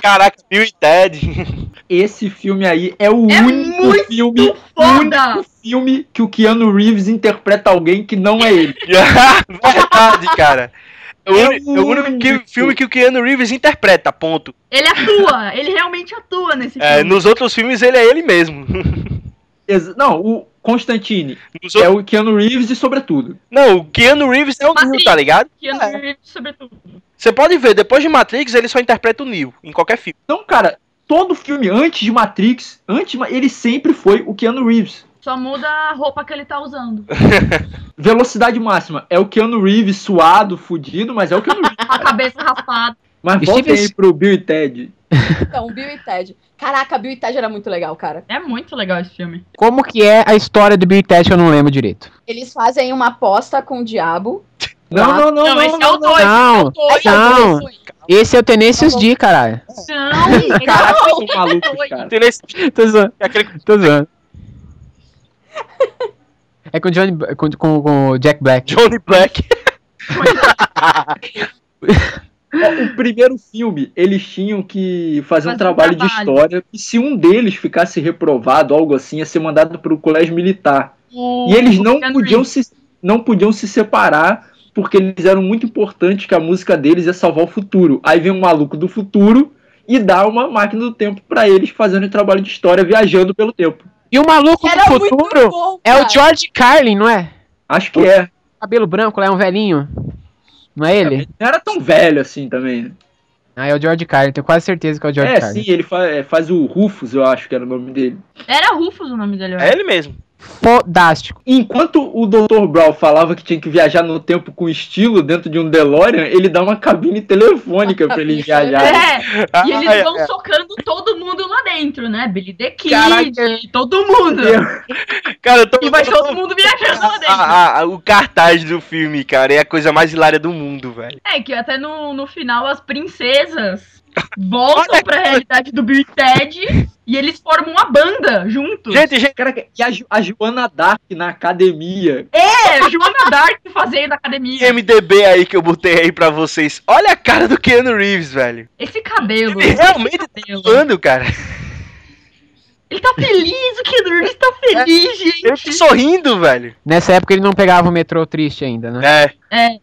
Speaker 2: Caraca, Bill e Ted.
Speaker 4: Esse filme aí é o
Speaker 3: É
Speaker 4: único
Speaker 3: muito
Speaker 4: filme,
Speaker 3: foda!
Speaker 4: único filme que o Keanu Reeves interpreta alguém que não é ele.
Speaker 2: Ah, Verdade, cara. É o,
Speaker 4: É
Speaker 2: uni- é o
Speaker 4: o
Speaker 2: único que-
Speaker 4: único.
Speaker 2: filme que o Keanu Reeves interpreta, ponto.
Speaker 3: Ele atua, ele realmente atua nesse
Speaker 2: É,
Speaker 3: filme.
Speaker 2: nos outros filmes ele é ele mesmo.
Speaker 4: Exa- Não, o Constantine
Speaker 2: Nos
Speaker 4: é
Speaker 2: outros-
Speaker 4: o Keanu Reeves e sobretudo.
Speaker 2: Não, o Keanu Reeves é o Neo,
Speaker 3: Patrick.
Speaker 2: tá ligado?
Speaker 3: Keanu
Speaker 2: É.
Speaker 3: Reeves, sobretudo.
Speaker 2: Você pode ver, depois de Matrix ele só interpreta o Neo, em qualquer filme.
Speaker 4: Então, cara, todo filme antes de Matrix, antes de Ma- ele sempre foi o Keanu Reeves.
Speaker 3: Só muda a roupa que ele tá usando.
Speaker 4: Velocidade máxima é o Keanu Reeves suado, fudido, mas é o Keanu Reeves.
Speaker 3: A cabeça raspada.
Speaker 4: Mas
Speaker 1: E
Speaker 4: volta
Speaker 1: Steven
Speaker 4: aí pro Bill e Ted.
Speaker 5: Então, Bill e Ted. Caraca, Bill e Ted era muito legal, cara.
Speaker 3: É muito legal esse filme.
Speaker 1: Como que é a história do Bill e Ted que eu não lembro direito?
Speaker 5: Eles fazem uma aposta com o diabo.
Speaker 4: Não, não, não,
Speaker 3: Não,
Speaker 4: não.
Speaker 3: esse é
Speaker 4: não,
Speaker 3: o
Speaker 4: não.
Speaker 3: dois.
Speaker 1: Não,
Speaker 5: Esse é o
Speaker 1: Não.
Speaker 5: Bruce Willis.
Speaker 1: esse é o Tenacious D, caralho.
Speaker 3: Não, ele é
Speaker 4: Caraca,
Speaker 3: não.
Speaker 4: são malucos, cara.
Speaker 2: Tem nesse-
Speaker 1: Tô zoando,
Speaker 2: é aquele que
Speaker 1: tô zoando. É com o Johnny, com, com- com o Jack Black.
Speaker 2: Johnny Black.
Speaker 4: Ó, O primeiro filme, eles tinham que fazer um
Speaker 3: Fazer um
Speaker 4: trabalho, de
Speaker 3: trabalho.
Speaker 4: história. E se um deles ficasse reprovado, algo assim, ia ser mandado pro colégio militar.
Speaker 3: O-
Speaker 4: E eles
Speaker 3: o
Speaker 4: não
Speaker 3: Keanu
Speaker 4: podiam
Speaker 3: Reeves.
Speaker 4: se, não podiam se separar, porque eles eram muito importantes que a música deles ia salvar o futuro. Aí vem um maluco do futuro e dá uma máquina do tempo pra eles fazendo um trabalho de história, viajando pelo tempo.
Speaker 1: E o maluco do
Speaker 5: Era muito
Speaker 1: futuro
Speaker 5: bom,
Speaker 1: é o
Speaker 5: cara.
Speaker 1: George Carlin, não é?
Speaker 4: Acho que é.
Speaker 1: Cabelo branco, lá é um velhinho. Não é ele?
Speaker 4: Não era tão velho assim também. né?
Speaker 1: Ah, é o George Carlin, tenho quase certeza que é o George
Speaker 4: É,
Speaker 1: Carlin.
Speaker 4: sim, ele fa- é, faz o Rufus, eu acho que era o nome dele.
Speaker 3: Era Rufus o nome dele. eu
Speaker 2: É
Speaker 3: acho.
Speaker 2: ele mesmo.
Speaker 1: Fodástico.
Speaker 4: Enquanto o Dr. Brown falava que tinha que viajar no tempo com estilo dentro de um DeLorean, ele dá uma cabine telefônica pra eles viajarem.
Speaker 3: É,
Speaker 2: Ah,
Speaker 3: e eles vão socando todo mundo lá dentro, né? Billy the Kid,
Speaker 2: Caraca.
Speaker 3: todo mundo.
Speaker 2: Cara, eu tô.
Speaker 3: E vai
Speaker 2: eu tô-
Speaker 3: todo mundo viajando lá dentro.
Speaker 2: Ah, ah, o cartaz do filme, cara, é a coisa mais hilária do mundo, velho.
Speaker 3: É que até no, no final as princesas voltam pra realidade do Bill e Ted e eles formam uma banda juntos.
Speaker 2: Gente, gente,
Speaker 4: Caraca, e a, Ju- a Joana Dark na academia.
Speaker 3: É, Joana Dark fazendo
Speaker 4: É.
Speaker 3: academia.
Speaker 2: MDB aí que eu botei aí pra vocês. Olha a cara do Keanu Reeves, velho.
Speaker 3: Esse cabelo.
Speaker 2: Ele realmente
Speaker 3: esse cabelo.
Speaker 2: Quando, cara?
Speaker 3: Ele tá feliz, o Keanu Reeves tá
Speaker 4: É.
Speaker 3: feliz,
Speaker 2: Ele tá
Speaker 3: gente.
Speaker 2: sorrindo, velho.
Speaker 1: Nessa época ele não pegava o metrô triste ainda, né?
Speaker 2: É.
Speaker 3: É,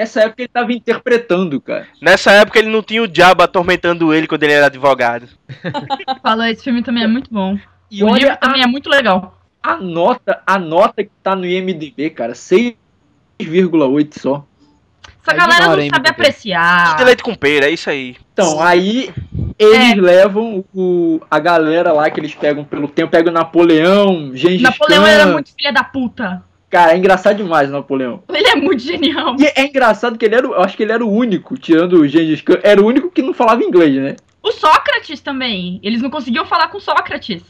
Speaker 4: Essa época ele tava interpretando, cara.
Speaker 2: Nessa época ele não tinha o diabo atormentando ele quando ele era advogado.
Speaker 3: fala, esse filme também é muito bom.
Speaker 4: E
Speaker 3: O livro
Speaker 4: olha a,
Speaker 3: também é muito legal.
Speaker 4: a nota, a nota que tá no IMDB, cara, 6,8 só.
Speaker 3: Essa
Speaker 1: É
Speaker 3: galera
Speaker 1: menor,
Speaker 3: não
Speaker 1: hein,
Speaker 3: sabe
Speaker 1: Bibi?
Speaker 3: apreciar.
Speaker 2: De leite com pera, é isso aí.
Speaker 4: Então, aí
Speaker 3: É.
Speaker 4: eles levam o, a galera lá que eles pegam pelo tempo, pegam o Napoleão, Gengis
Speaker 3: Napoleão
Speaker 4: Khan.
Speaker 3: era muito filha da puta.
Speaker 4: Cara, é engraçado demais o Napoleão.
Speaker 3: Ele é muito genial.
Speaker 4: E é engraçado que ele era, o- eu acho que ele era o único, tirando o Gengis Khan, era o único que não falava inglês, né?
Speaker 3: O Sócrates também. Eles não conseguiam falar com o Sócrates.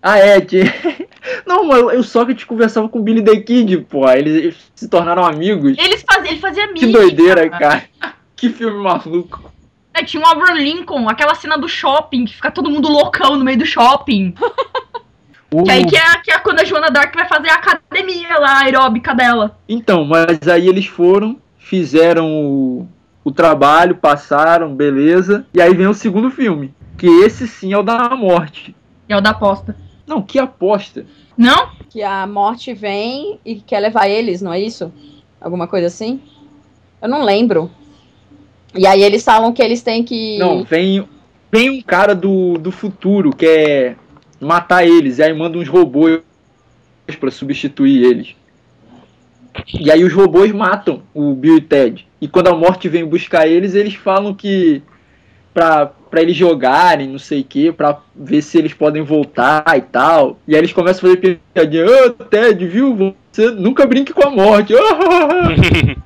Speaker 4: Ah, é, tinha... Não, mano, eu só que te conversava com o Billy the Kid, pô, eles, eles se tornaram amigos.
Speaker 3: Eles faz... Ele fazia mímica.
Speaker 4: Que doideira, cara. É Que filme maluco.
Speaker 3: É, tinha o Abraham Lincoln, aquela cena do shopping, que fica todo mundo loucão no meio do shopping.
Speaker 1: O-
Speaker 3: Que aí
Speaker 4: Uh.
Speaker 3: que é, que é quando a Joana Dark vai fazer a academia lá, a aeróbica dela.
Speaker 4: Então, mas aí eles foram, fizeram o, o trabalho, passaram, beleza. E aí vem o segundo filme, que esse sim é o da morte.
Speaker 3: É o da aposta.
Speaker 4: Não, que aposta.
Speaker 3: Não?
Speaker 5: Que a morte vem e quer levar eles, não é isso? Alguma coisa assim? Eu não lembro. E aí eles falam que eles têm que.
Speaker 4: Não, vem, vem um cara do, do futuro que é matar eles, e aí manda uns robôs pra substituir eles. E aí os robôs matam o Bill e Ted. E quando a morte vem buscar eles, eles falam que pra, pra eles jogarem, não sei o que, pra ver se eles podem voltar e tal. E aí eles começam a fazer piadinha, ô Ted, viu? Você nunca brinque com a morte.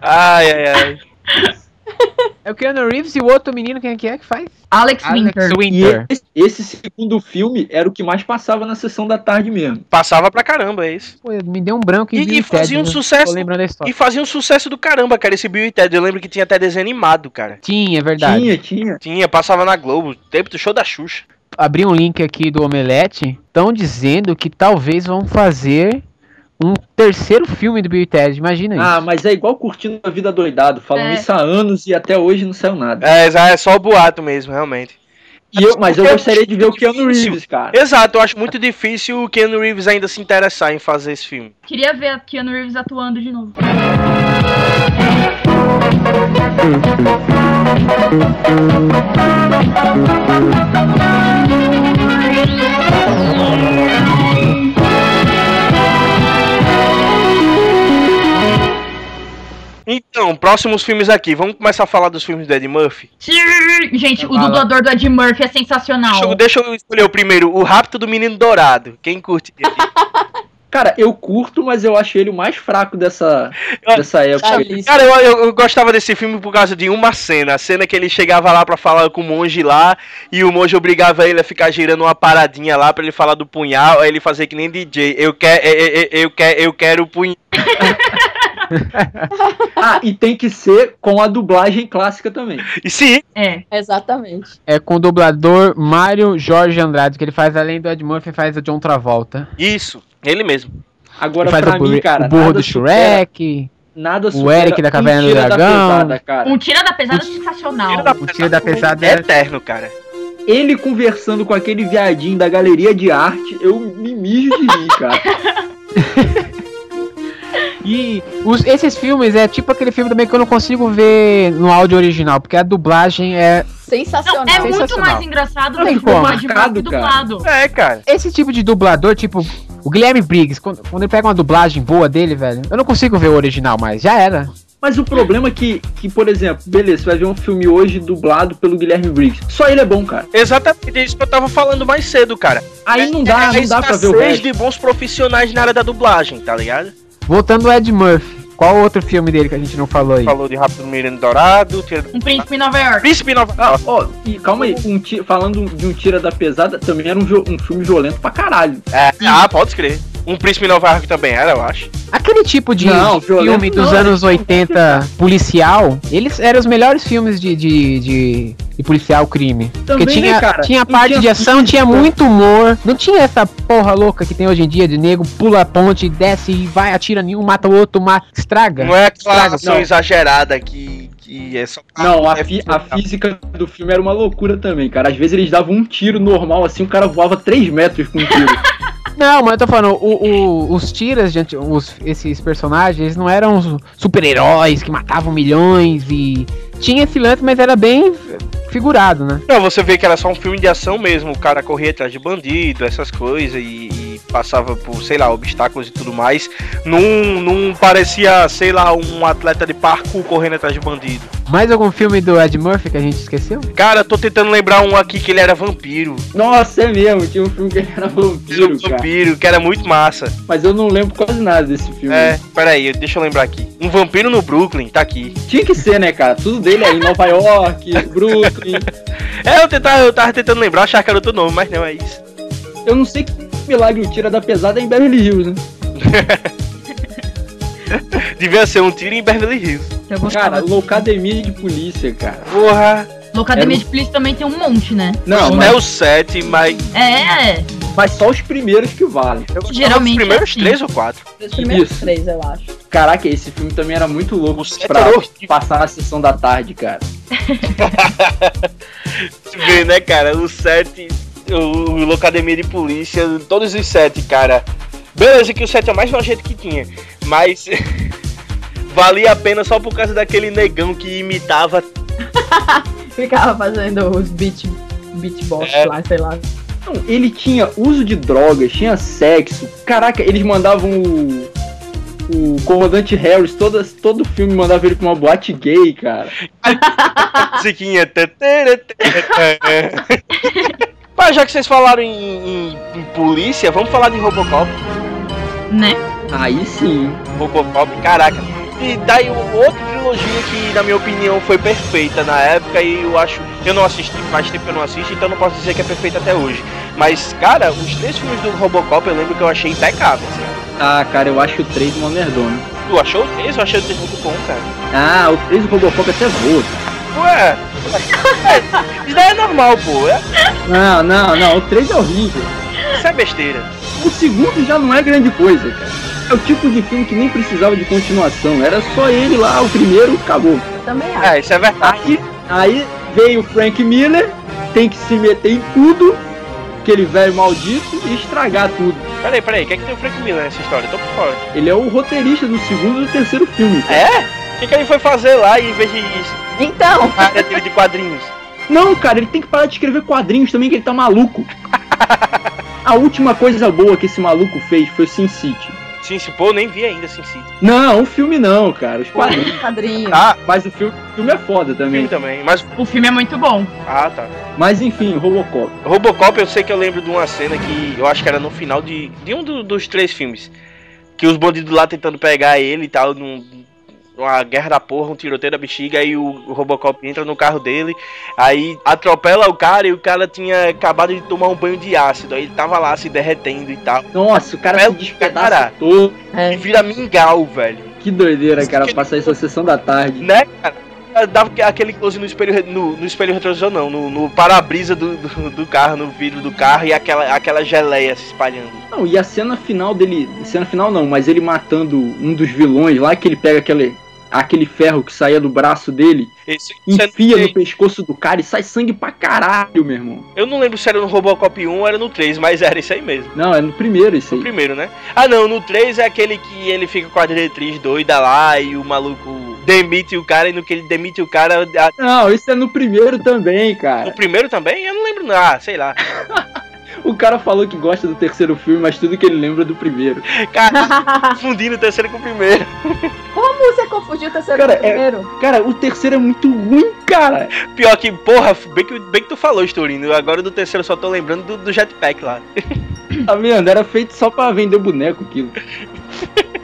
Speaker 2: Ai, ai, ai.
Speaker 1: É o Keanu Reeves e o outro menino, quem é que é que faz?
Speaker 3: Alex, Winter.
Speaker 4: E esse, esse segundo filme era o que mais passava na sessão da tarde mesmo.
Speaker 2: Passava pra caramba, é isso.
Speaker 1: Pô, me deu um branco e,
Speaker 2: E-
Speaker 1: vi
Speaker 2: e
Speaker 1: o Ted,
Speaker 2: fazia um
Speaker 1: né?
Speaker 2: sucesso.
Speaker 1: Tô lembrando da história.
Speaker 2: E fazia um sucesso do caramba, cara, esse Bill e Ted. Eu lembro que tinha até desenho animado, cara.
Speaker 1: Tinha, é verdade.
Speaker 4: Tinha, tinha.
Speaker 2: Tinha, passava na Globo, o tempo do show da Xuxa.
Speaker 1: Abri um link aqui do Omelete. Estão dizendo que talvez vão fazer um terceiro filme do Bill e Ted. Imagina isso.
Speaker 4: Ah, mas é igual curtindo a vida doidado. Falam
Speaker 3: É.
Speaker 4: isso há anos e até hoje não saiu nada.
Speaker 2: É, exa- é só o boato mesmo, realmente.
Speaker 4: E eu, mas eu
Speaker 2: Porque
Speaker 4: gostaria de ver o
Speaker 2: é
Speaker 4: Keanu
Speaker 2: difícil.
Speaker 4: Reeves, cara.
Speaker 2: Exato, eu acho muito difícil o Keanu Reeves ainda se interessar em fazer esse filme.
Speaker 3: Queria ver a Keanu Reeves atuando de novo.
Speaker 2: Então, próximos filmes aqui. Vamos começar a falar dos filmes do Ed Murphy?
Speaker 3: Gente, o
Speaker 1: Vai lá.
Speaker 3: dublador do Ed Murphy é sensacional.
Speaker 2: Deixa eu, deixa eu escolher o primeiro, O Rapto do Menino Dourado. Quem curte?
Speaker 4: Cara, eu curto, mas eu achei ele o mais fraco dessa, dessa
Speaker 5: Ah,
Speaker 4: época.
Speaker 5: Alice.
Speaker 2: Cara, eu, eu- eu gostava desse filme por causa de uma cena. A cena que ele chegava lá pra falar com o monge lá e o monge obrigava ele a ficar girando uma paradinha lá pra ele falar do punhal, aí ele fazer que nem DJ. Eu quero, eu quero, eu quero o punhal.
Speaker 4: Ah, e tem que ser com a dublagem clássica também.
Speaker 2: E sim,
Speaker 3: É.
Speaker 5: Exatamente.
Speaker 1: É com o dublador Mário Jorge Andrade, que ele faz além do Ed Murphy, faz o John Travolta.
Speaker 2: isso, ele mesmo.
Speaker 4: Agora,
Speaker 1: Ele faz
Speaker 4: pra
Speaker 1: o,
Speaker 4: mim,
Speaker 1: burro-
Speaker 4: cara,
Speaker 1: o burro
Speaker 4: nada
Speaker 1: do
Speaker 4: supera-
Speaker 1: Shrek,
Speaker 4: nada
Speaker 1: o Eric da Caverna do
Speaker 4: Mentira da
Speaker 1: Dragão.
Speaker 4: Pesada, cara.
Speaker 3: Um tira da pesada sensacional.
Speaker 2: Tira da
Speaker 1: o tiro da pesada
Speaker 2: É
Speaker 1: é
Speaker 2: eterno, cara.
Speaker 4: Ele conversando com aquele viadinho da galeria de arte, eu me mijo de rir, cara.
Speaker 1: E os- esses filmes é tipo aquele filme também que eu não consigo ver no áudio original, porque a dublagem é.
Speaker 5: Sensacional.
Speaker 3: Não, é muito
Speaker 1: Sensacional.
Speaker 3: mais engraçado
Speaker 1: Não
Speaker 3: ver
Speaker 1: tem
Speaker 3: o
Speaker 1: como.
Speaker 3: Ed Murphy
Speaker 4: Marcado,
Speaker 3: dublado.
Speaker 2: É, cara.
Speaker 1: Esse tipo de dublador, tipo o Guilherme Briggs, quando, quando ele pega uma dublagem boa dele, velho, eu não consigo ver o original mais, já era.
Speaker 4: Mas o problema é que, que, por exemplo, beleza, você vai ver um filme hoje dublado pelo Guilherme Briggs. Só ele é bom, cara.
Speaker 2: Exatamente é isso que eu tava falando mais cedo, cara.
Speaker 4: Aí não
Speaker 2: É
Speaker 4: dá,
Speaker 2: a
Speaker 4: não dá pra ver o
Speaker 2: escassez
Speaker 4: resto.
Speaker 2: de bons profissionais na área da dublagem, tá ligado?
Speaker 1: Voltando ao Ed Murphy, qual outro filme dele que a gente não falou aí?
Speaker 2: Falou de Rápido Menino Dourado, Tira do
Speaker 3: Um príncipe em Nova York.
Speaker 2: Príncipe Nova.
Speaker 4: Ah, ó, e calma aí, um ti- falando de um Tira da Pesada, também era um, jo- um filme violento pra caralho.
Speaker 2: É, ah, pode escrever. Um príncipe em Nova York também era, eu acho.
Speaker 1: Aquele tipo de
Speaker 4: Não,
Speaker 1: filme
Speaker 4: violento
Speaker 1: dos
Speaker 4: não,
Speaker 1: anos 80 policial, eles eram os melhores filmes de, de, de, de policial crime. Porque
Speaker 4: Também,
Speaker 1: tinha,
Speaker 4: né, cara?
Speaker 1: tinha
Speaker 4: Não
Speaker 1: parte
Speaker 4: tinha
Speaker 1: de ação,
Speaker 4: física.
Speaker 1: tinha muito humor. Não tinha essa porra louca que tem hoje em dia de nego pula a ponte, desce e vai, atira em um, mata o outro, mata, estraga.
Speaker 2: Não é aquela
Speaker 4: Estraga,
Speaker 2: ação
Speaker 4: não.
Speaker 2: exagerada que, que é só.
Speaker 4: Não, a,
Speaker 2: é
Speaker 4: fi- a física do filme era uma loucura também, cara. Às vezes eles davam um tiro normal, assim, o cara voava 3 metros com um tiro.
Speaker 1: Não, mas eu tô falando, o- o- os tiras, gente, os, esses personagens, eles não eram os super-heróis que matavam milhões e. Tinha esse lance, mas era bem figurado, né?
Speaker 2: Não, você vê que era só um filme de ação mesmo. O cara corria atrás de bandido, essas coisas, e, e passava por, sei lá, obstáculos e tudo mais. Não, não parecia, sei lá, um atleta de parkour correndo atrás de bandido.
Speaker 1: Mais algum filme do Ed Murphy que a gente esqueceu?
Speaker 2: Cara, tô tentando lembrar um aqui que ele era vampiro.
Speaker 4: Nossa, é mesmo, tinha um filme que era vampiro, cara.
Speaker 2: vampiro, que era um muito massa.
Speaker 4: Mas eu não lembro quase nada desse filme.
Speaker 2: É, peraí, deixa eu lembrar aqui. Um vampiro no Brooklyn, tá aqui.
Speaker 4: Tinha que ser, né, cara? Tudo dele aí, Nova York, Brooklyn.
Speaker 2: É, eu, tentava, eu tava tentando lembrar, achar que era outro nome, mas não é isso.
Speaker 4: Eu não sei que milagre o Tira da Pesada é em Beverly Hills, né?
Speaker 2: Devia ser um tiro em Beverly Hills.
Speaker 3: Eu
Speaker 4: Cara,
Speaker 3: gostava.
Speaker 4: loucademia de polícia, cara.
Speaker 2: Porra!
Speaker 3: Locademia
Speaker 1: É
Speaker 4: era
Speaker 3: de Polícia também tem um monte, né?
Speaker 4: Não,
Speaker 2: é
Speaker 4: mas
Speaker 2: o 7, mas.
Speaker 3: É, é.
Speaker 4: mas só os primeiros que valem.
Speaker 2: Eu gostava
Speaker 3: Geralmente
Speaker 2: dos primeiros
Speaker 3: é assim.
Speaker 2: três ou quatro.
Speaker 5: Os primeiros
Speaker 4: Isso.
Speaker 5: três, eu acho.
Speaker 4: Caraca, esse filme também era muito louco
Speaker 2: O set
Speaker 4: pra
Speaker 2: era horrível.
Speaker 4: passar na sessão da tarde, cara.
Speaker 2: Tu Vê, né, cara? O sete, o, o Locademia de Polícia, todos os sete, cara. Beleza, que o sete é o mais nojento que tinha, mas valia a pena só por causa daquele negão que imitava.
Speaker 5: Ficava fazendo os beat, beatbox
Speaker 2: É.
Speaker 5: lá, sei lá.
Speaker 4: Não, ele tinha uso de drogas, tinha sexo. Caraca, eles mandavam o. O comandante Harris, todo, todo filme mandava ele pra uma boate gay, cara.
Speaker 2: Ziquinha. Pá, já que vocês falaram em, em- em polícia, vamos falar de Robocop.
Speaker 3: né?
Speaker 4: Aí sim.
Speaker 2: Robocop, caraca. E daí o- outra trilogia que, na minha opinião, foi perfeita na época e eu acho. Eu não assisti, faz tempo que eu não assisto, então não posso dizer que é perfeita até hoje. Mas, cara, os três filmes do Robocop eu lembro que eu achei impecáveis. cara.
Speaker 4: Ah, cara, eu acho o 3 uma merdona.
Speaker 2: Tu achou o três? Eu achei o três muito bom, cara.
Speaker 4: Ah, o 3 do Robocop até voa.
Speaker 2: Ué, é, isso daí é normal, pô. É,
Speaker 4: Não, não, não, o 3 é horrível.
Speaker 2: isso é besteira.
Speaker 4: O segundo já não é grande coisa, cara. É o tipo de filme que nem precisava de continuação. Era só ele lá, o primeiro, acabou.
Speaker 5: Eu também acho.
Speaker 2: É, isso é verdade.
Speaker 4: Aí, aí veio o Frank Miller, tem que se meter em tudo, aquele velho maldito, e estragar tudo.
Speaker 2: Peraí, peraí, o que é que tem o Frank Miller nessa história? Eu tô por fora.
Speaker 4: Ele é o roteirista do segundo e do terceiro filme.
Speaker 2: É? O que, que ele foi fazer lá em vez de
Speaker 5: Então,
Speaker 2: área dele de quadrinhos?
Speaker 4: Não, cara, ele tem que parar de escrever quadrinhos também, que ele tá maluco. A última coisa boa que esse maluco fez foi Sin City.
Speaker 2: Sim, se pô, eu nem vi ainda, sim, sim.
Speaker 4: Não, o filme não, cara. Os quadrinhos.
Speaker 5: um padrinho.
Speaker 2: Ah,
Speaker 4: Mas o filme, o filme é foda
Speaker 2: filme
Speaker 4: também.
Speaker 2: também, mas.
Speaker 3: O filme é muito bom.
Speaker 2: Ah, tá.
Speaker 4: Mas enfim, Robocop.
Speaker 2: Robocop, eu sei que eu lembro de uma cena que eu acho que era no final de, de um do- dos três filmes. Que os bandidos lá tentando pegar ele e tal, num, numa guerra da porra, um tiroteio da bexiga, aí o, o Robocop entra no carro dele, aí atropela o cara e o cara tinha acabado de tomar um banho de ácido, aí ele tava lá se derretendo e tal.
Speaker 4: Nossa, o cara
Speaker 2: Belo
Speaker 4: se despedaça
Speaker 2: cara.
Speaker 4: todo.
Speaker 2: E vira mingau, velho.
Speaker 4: Que doideira, cara, passar isso na sessão da tarde.
Speaker 2: Né, cara? Dava aquele close no espelho, re- no, no espelho retrovisor, não, no, no para-brisa do, do, do carro, no vidro do carro e aquela, aquela geleia se espalhando.
Speaker 4: Não, e a cena final dele. Cena final não, mas ele matando um dos vilões lá, que ele pega aquele, aquele ferro que saía do braço dele,
Speaker 2: Esse- isso é-
Speaker 4: enfia no pescoço do cara e sai sangue pra caralho, meu irmão.
Speaker 2: Eu não lembro se era no Robocop 1 ou era no 3, mas era isso aí mesmo.
Speaker 4: Não, é no primeiro isso
Speaker 2: No
Speaker 4: aí.
Speaker 2: primeiro, né? Ah não, no 3 é aquele que ele fica com a diretriz doida lá e o maluco demite o cara e no que ele demite o cara. a-
Speaker 4: Não, isso é no primeiro também,
Speaker 2: No
Speaker 4: cara.
Speaker 2: primeiro também? Eu não lembro, não. Ah, sei lá.
Speaker 4: O cara falou que gosta do terceiro filme, mas tudo que ele lembra é do primeiro.
Speaker 2: Cara, confundindo o terceiro com o primeiro.
Speaker 5: Como você confundiu o terceiro
Speaker 4: Cara,
Speaker 5: com o primeiro?
Speaker 4: Cara, o terceiro é muito ruim, cara.
Speaker 2: Pior que, porra, bem que, bem que tu falou, Storino. Agora do terceiro eu só tô lembrando do, do jetpack lá.
Speaker 4: Tá vendo? Era feito só pra vender boneco aquilo.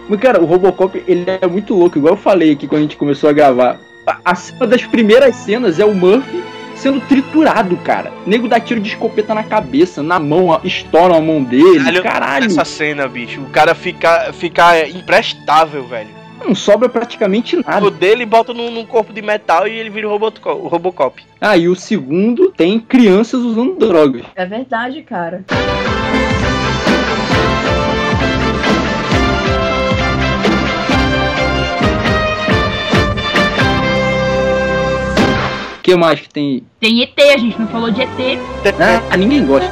Speaker 4: Mas, cara, o Robocop, ele é muito louco, igual eu falei aqui quando a gente começou a gravar. A- A cena das primeiras cenas é o Murphy sendo triturado, cara. O nego dá tiro de escopeta na cabeça, na mão, ó, estoura a mão dele.
Speaker 2: Caralho,
Speaker 4: Caralho.
Speaker 2: Essa cena, bicho. O cara fica, fica imprestável, velho.
Speaker 4: Não sobra praticamente
Speaker 2: O
Speaker 4: nada.
Speaker 2: dele bota num, num corpo de metal e ele vira o Robotco- o Robocop.
Speaker 4: Ah, e o segundo tem crianças usando drogas.
Speaker 5: É verdade, cara.
Speaker 4: O que mais que tem?
Speaker 3: Tem ET, a gente não falou de ET.
Speaker 4: Ah, ninguém gosta.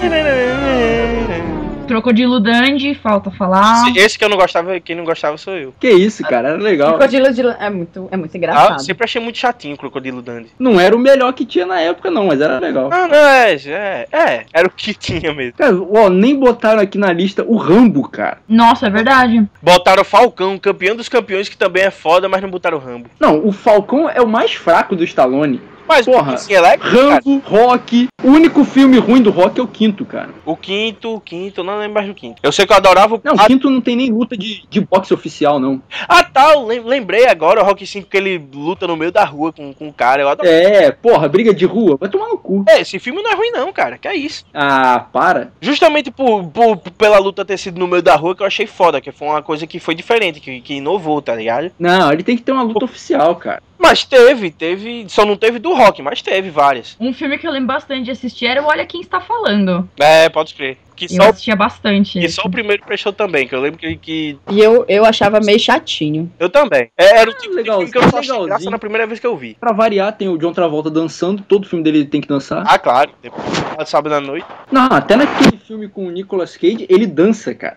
Speaker 3: Crocodilo Dandy, falta falar.
Speaker 2: Esse- Esse que eu não gostava, quem não gostava sou eu.
Speaker 4: Que isso, cara, era legal.
Speaker 5: Crocodilo de... é, muito, é muito
Speaker 2: Ah, eu
Speaker 5: engraçado.
Speaker 2: sempre achei muito chatinho o Crocodilo Dandy.
Speaker 4: Não era o melhor que tinha na época, não, mas era legal.
Speaker 2: Ah, não, é, é, é, era o que tinha mesmo.
Speaker 4: Cara, ó, nem botaram aqui na lista o Rambo, cara.
Speaker 3: Nossa, é verdade.
Speaker 2: Botaram o Falcão, campeão dos campeões, que também é foda, mas não botaram o Rambo.
Speaker 4: Não, o Falcão é o mais fraco do Stallone.
Speaker 2: Mas
Speaker 4: Porra.
Speaker 2: assim, ela é cara.
Speaker 4: Rambo, Rock. O único filme ruim do Rock é o quinto, cara.
Speaker 2: O quinto, o quinto, eu não lembro mais do quinto. Eu sei que eu adorava o
Speaker 4: Não, o
Speaker 2: Ah,
Speaker 4: quinto não tem nem luta de, de boxe oficial, não.
Speaker 2: Ah, tá, eu lem- lembrei agora o Rock 5 que ele luta no meio da rua com, com o cara. Eu adoro.
Speaker 4: É, porra, briga de rua. Vai tomar no cu.
Speaker 2: É, esse filme não é ruim, não, cara. Que é isso.
Speaker 4: Ah, para.
Speaker 2: Justamente por, por- pela luta ter sido no meio da rua que eu achei foda, que foi uma coisa que foi diferente, que, que inovou, tá ligado?
Speaker 4: Não, ele tem que ter uma luta oficial, cara.
Speaker 2: Mas teve, teve. Só não teve do rock, mas teve várias.
Speaker 3: Um filme que eu lembro bastante de assistir era o Olha Quem Está Falando.
Speaker 2: É, pode crer. Que
Speaker 3: Eu
Speaker 2: só,
Speaker 3: assistia bastante.
Speaker 2: que só o primeiro prestou também, que eu lembro que, que
Speaker 5: E eu, eu achava meio chatinho.
Speaker 2: eu também. É, Era o tipo
Speaker 4: legal,
Speaker 2: de filme que eu só achei
Speaker 4: legalzinho.
Speaker 2: graça na primeira vez que eu vi.
Speaker 4: Pra variar, tem o John Travolta dançando, todo filme dele tem que dançar.
Speaker 2: Ah, claro. Depois do sábado à noite.
Speaker 4: Não, até naquele filme com o Nicolas Cage, ele dança, cara.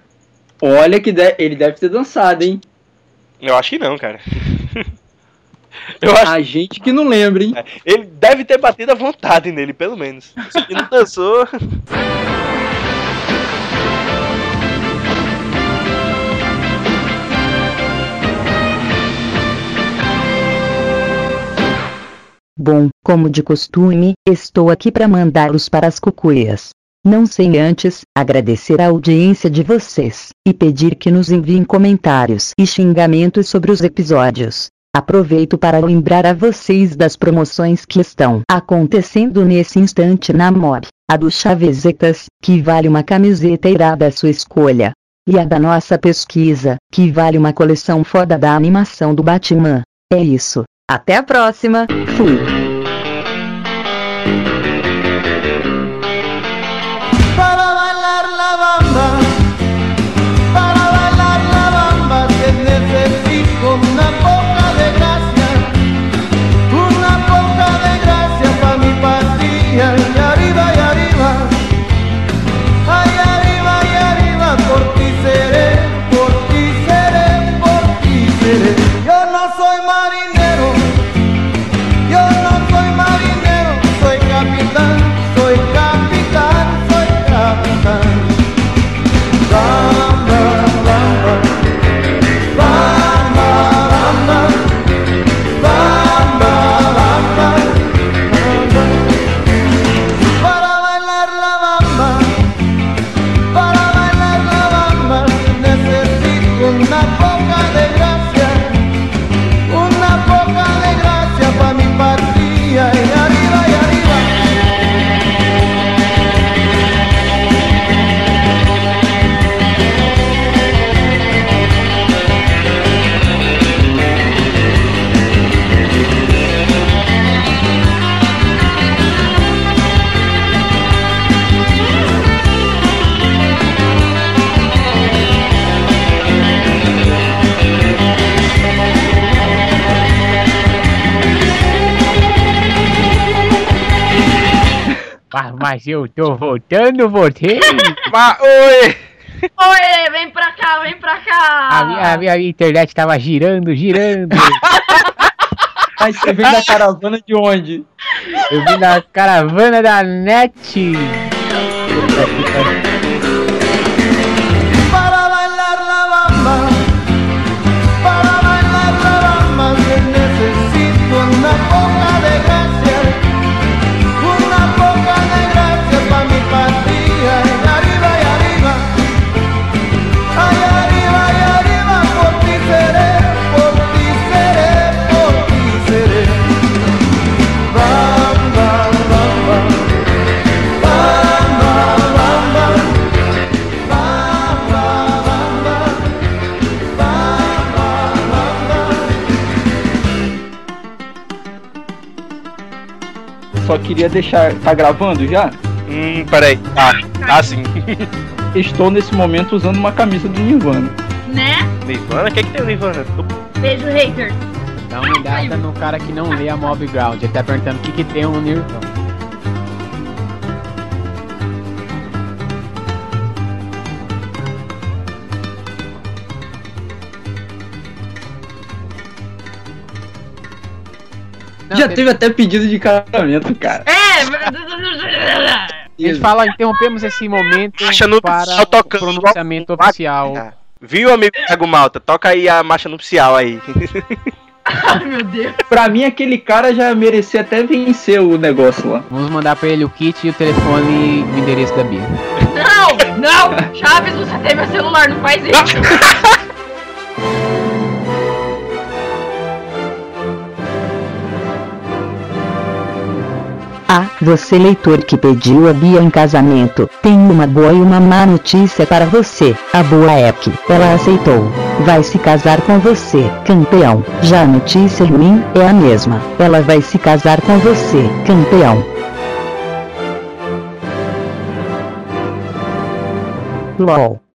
Speaker 4: Olha que de- ele deve ter dançado, hein?
Speaker 2: Eu acho que não, cara. Eu acho É.
Speaker 4: A gente que não lembra, hein?
Speaker 2: que ele deve ter batido a vontade nele, pelo menos. Se ele não dançou.
Speaker 8: Bom, como de costume, estou aqui para mandá-los para as cucuias. Não sem antes agradecer a audiência de vocês e pedir que nos enviem comentários e xingamentos sobre os episódios. Aproveito para lembrar a vocês das promoções que estão acontecendo nesse instante na MOB. A do Chavezetas, que vale uma camiseta irada à sua escolha. E a da nossa pesquisa, que vale uma coleção foda da animação do Batman. É isso. Até a próxima. Fui.
Speaker 9: Para bailar la bamba, para bailar la bamba te necesito una poca de gracia, una poca de gracia pa' mi patria, y arriba y arriba, ay arriba y arriba, por ti seré, por ti seré, por ti seré. Yo no soy marinero, yo no soy marinero, soy capitán, soy capitán, soy capitán. Bamba, bamba, bamba, bamba, bamba, bamba, bamba. Para bailar la bamba, para bailar la bamba, necesito una poca de gracia una poca de gracia pa' mi partida y arriba y arriba.
Speaker 1: Mas, Ah, mas eu tô voltando, voltei.
Speaker 2: Mas, oi!
Speaker 3: Oi, vem pra cá, vem pra cá.
Speaker 1: A minha, a minha internet tava girando, girando.
Speaker 4: Mas você vem da caravana de onde?
Speaker 1: Eu vim na caravana da net.
Speaker 9: Para bailar la bamba, para bailar la bamba, que necesito una poca de gracia, una poca de gracia pa' mi partida y arriba y arriba. Ay, arriba y arriba, por ti seré, por ti seré, por ti seré. Bamba, bamba, bamba, bamba.
Speaker 4: Só queria deixar. Tá gravando já?
Speaker 2: Hum, peraí. Ah, ah sim.
Speaker 4: Estou nesse momento usando uma camisa do Nirvana.
Speaker 3: Né?
Speaker 2: Nirvana? O que, que tem o Nirvana?
Speaker 3: Beijo, hater.
Speaker 1: Dá uma olhada no cara que não lê a Mob Ground. Ele tá perguntando o que, que tem um Newton. Não,
Speaker 4: já
Speaker 1: teve-
Speaker 4: teve até pedido de casamento, cara.
Speaker 3: É!
Speaker 1: Eles falam, interrompemos esse momento
Speaker 2: Marcha no
Speaker 1: para
Speaker 2: oficial
Speaker 1: o
Speaker 2: tocando.
Speaker 1: pronunciamento oficial.
Speaker 2: Ah, Viu, amigo Thiago Malta? Toca aí a marcha nupcial aí.
Speaker 3: Ai, meu Deus.
Speaker 4: Pra mim, aquele cara já merecia até vencer o negócio lá.
Speaker 1: Vamos mandar pra ele o kit e o telefone e o endereço da Bia.
Speaker 3: Não, não. Chaves, você tem meu celular, não faz isso.
Speaker 8: Ah, você leitor que pediu a Bia em casamento, tem uma boa e uma má notícia para você. A boa é que ela aceitou. Vai se casar com você, campeão. Já a notícia ruim é a mesma. Ela vai se casar com você, campeão. LOL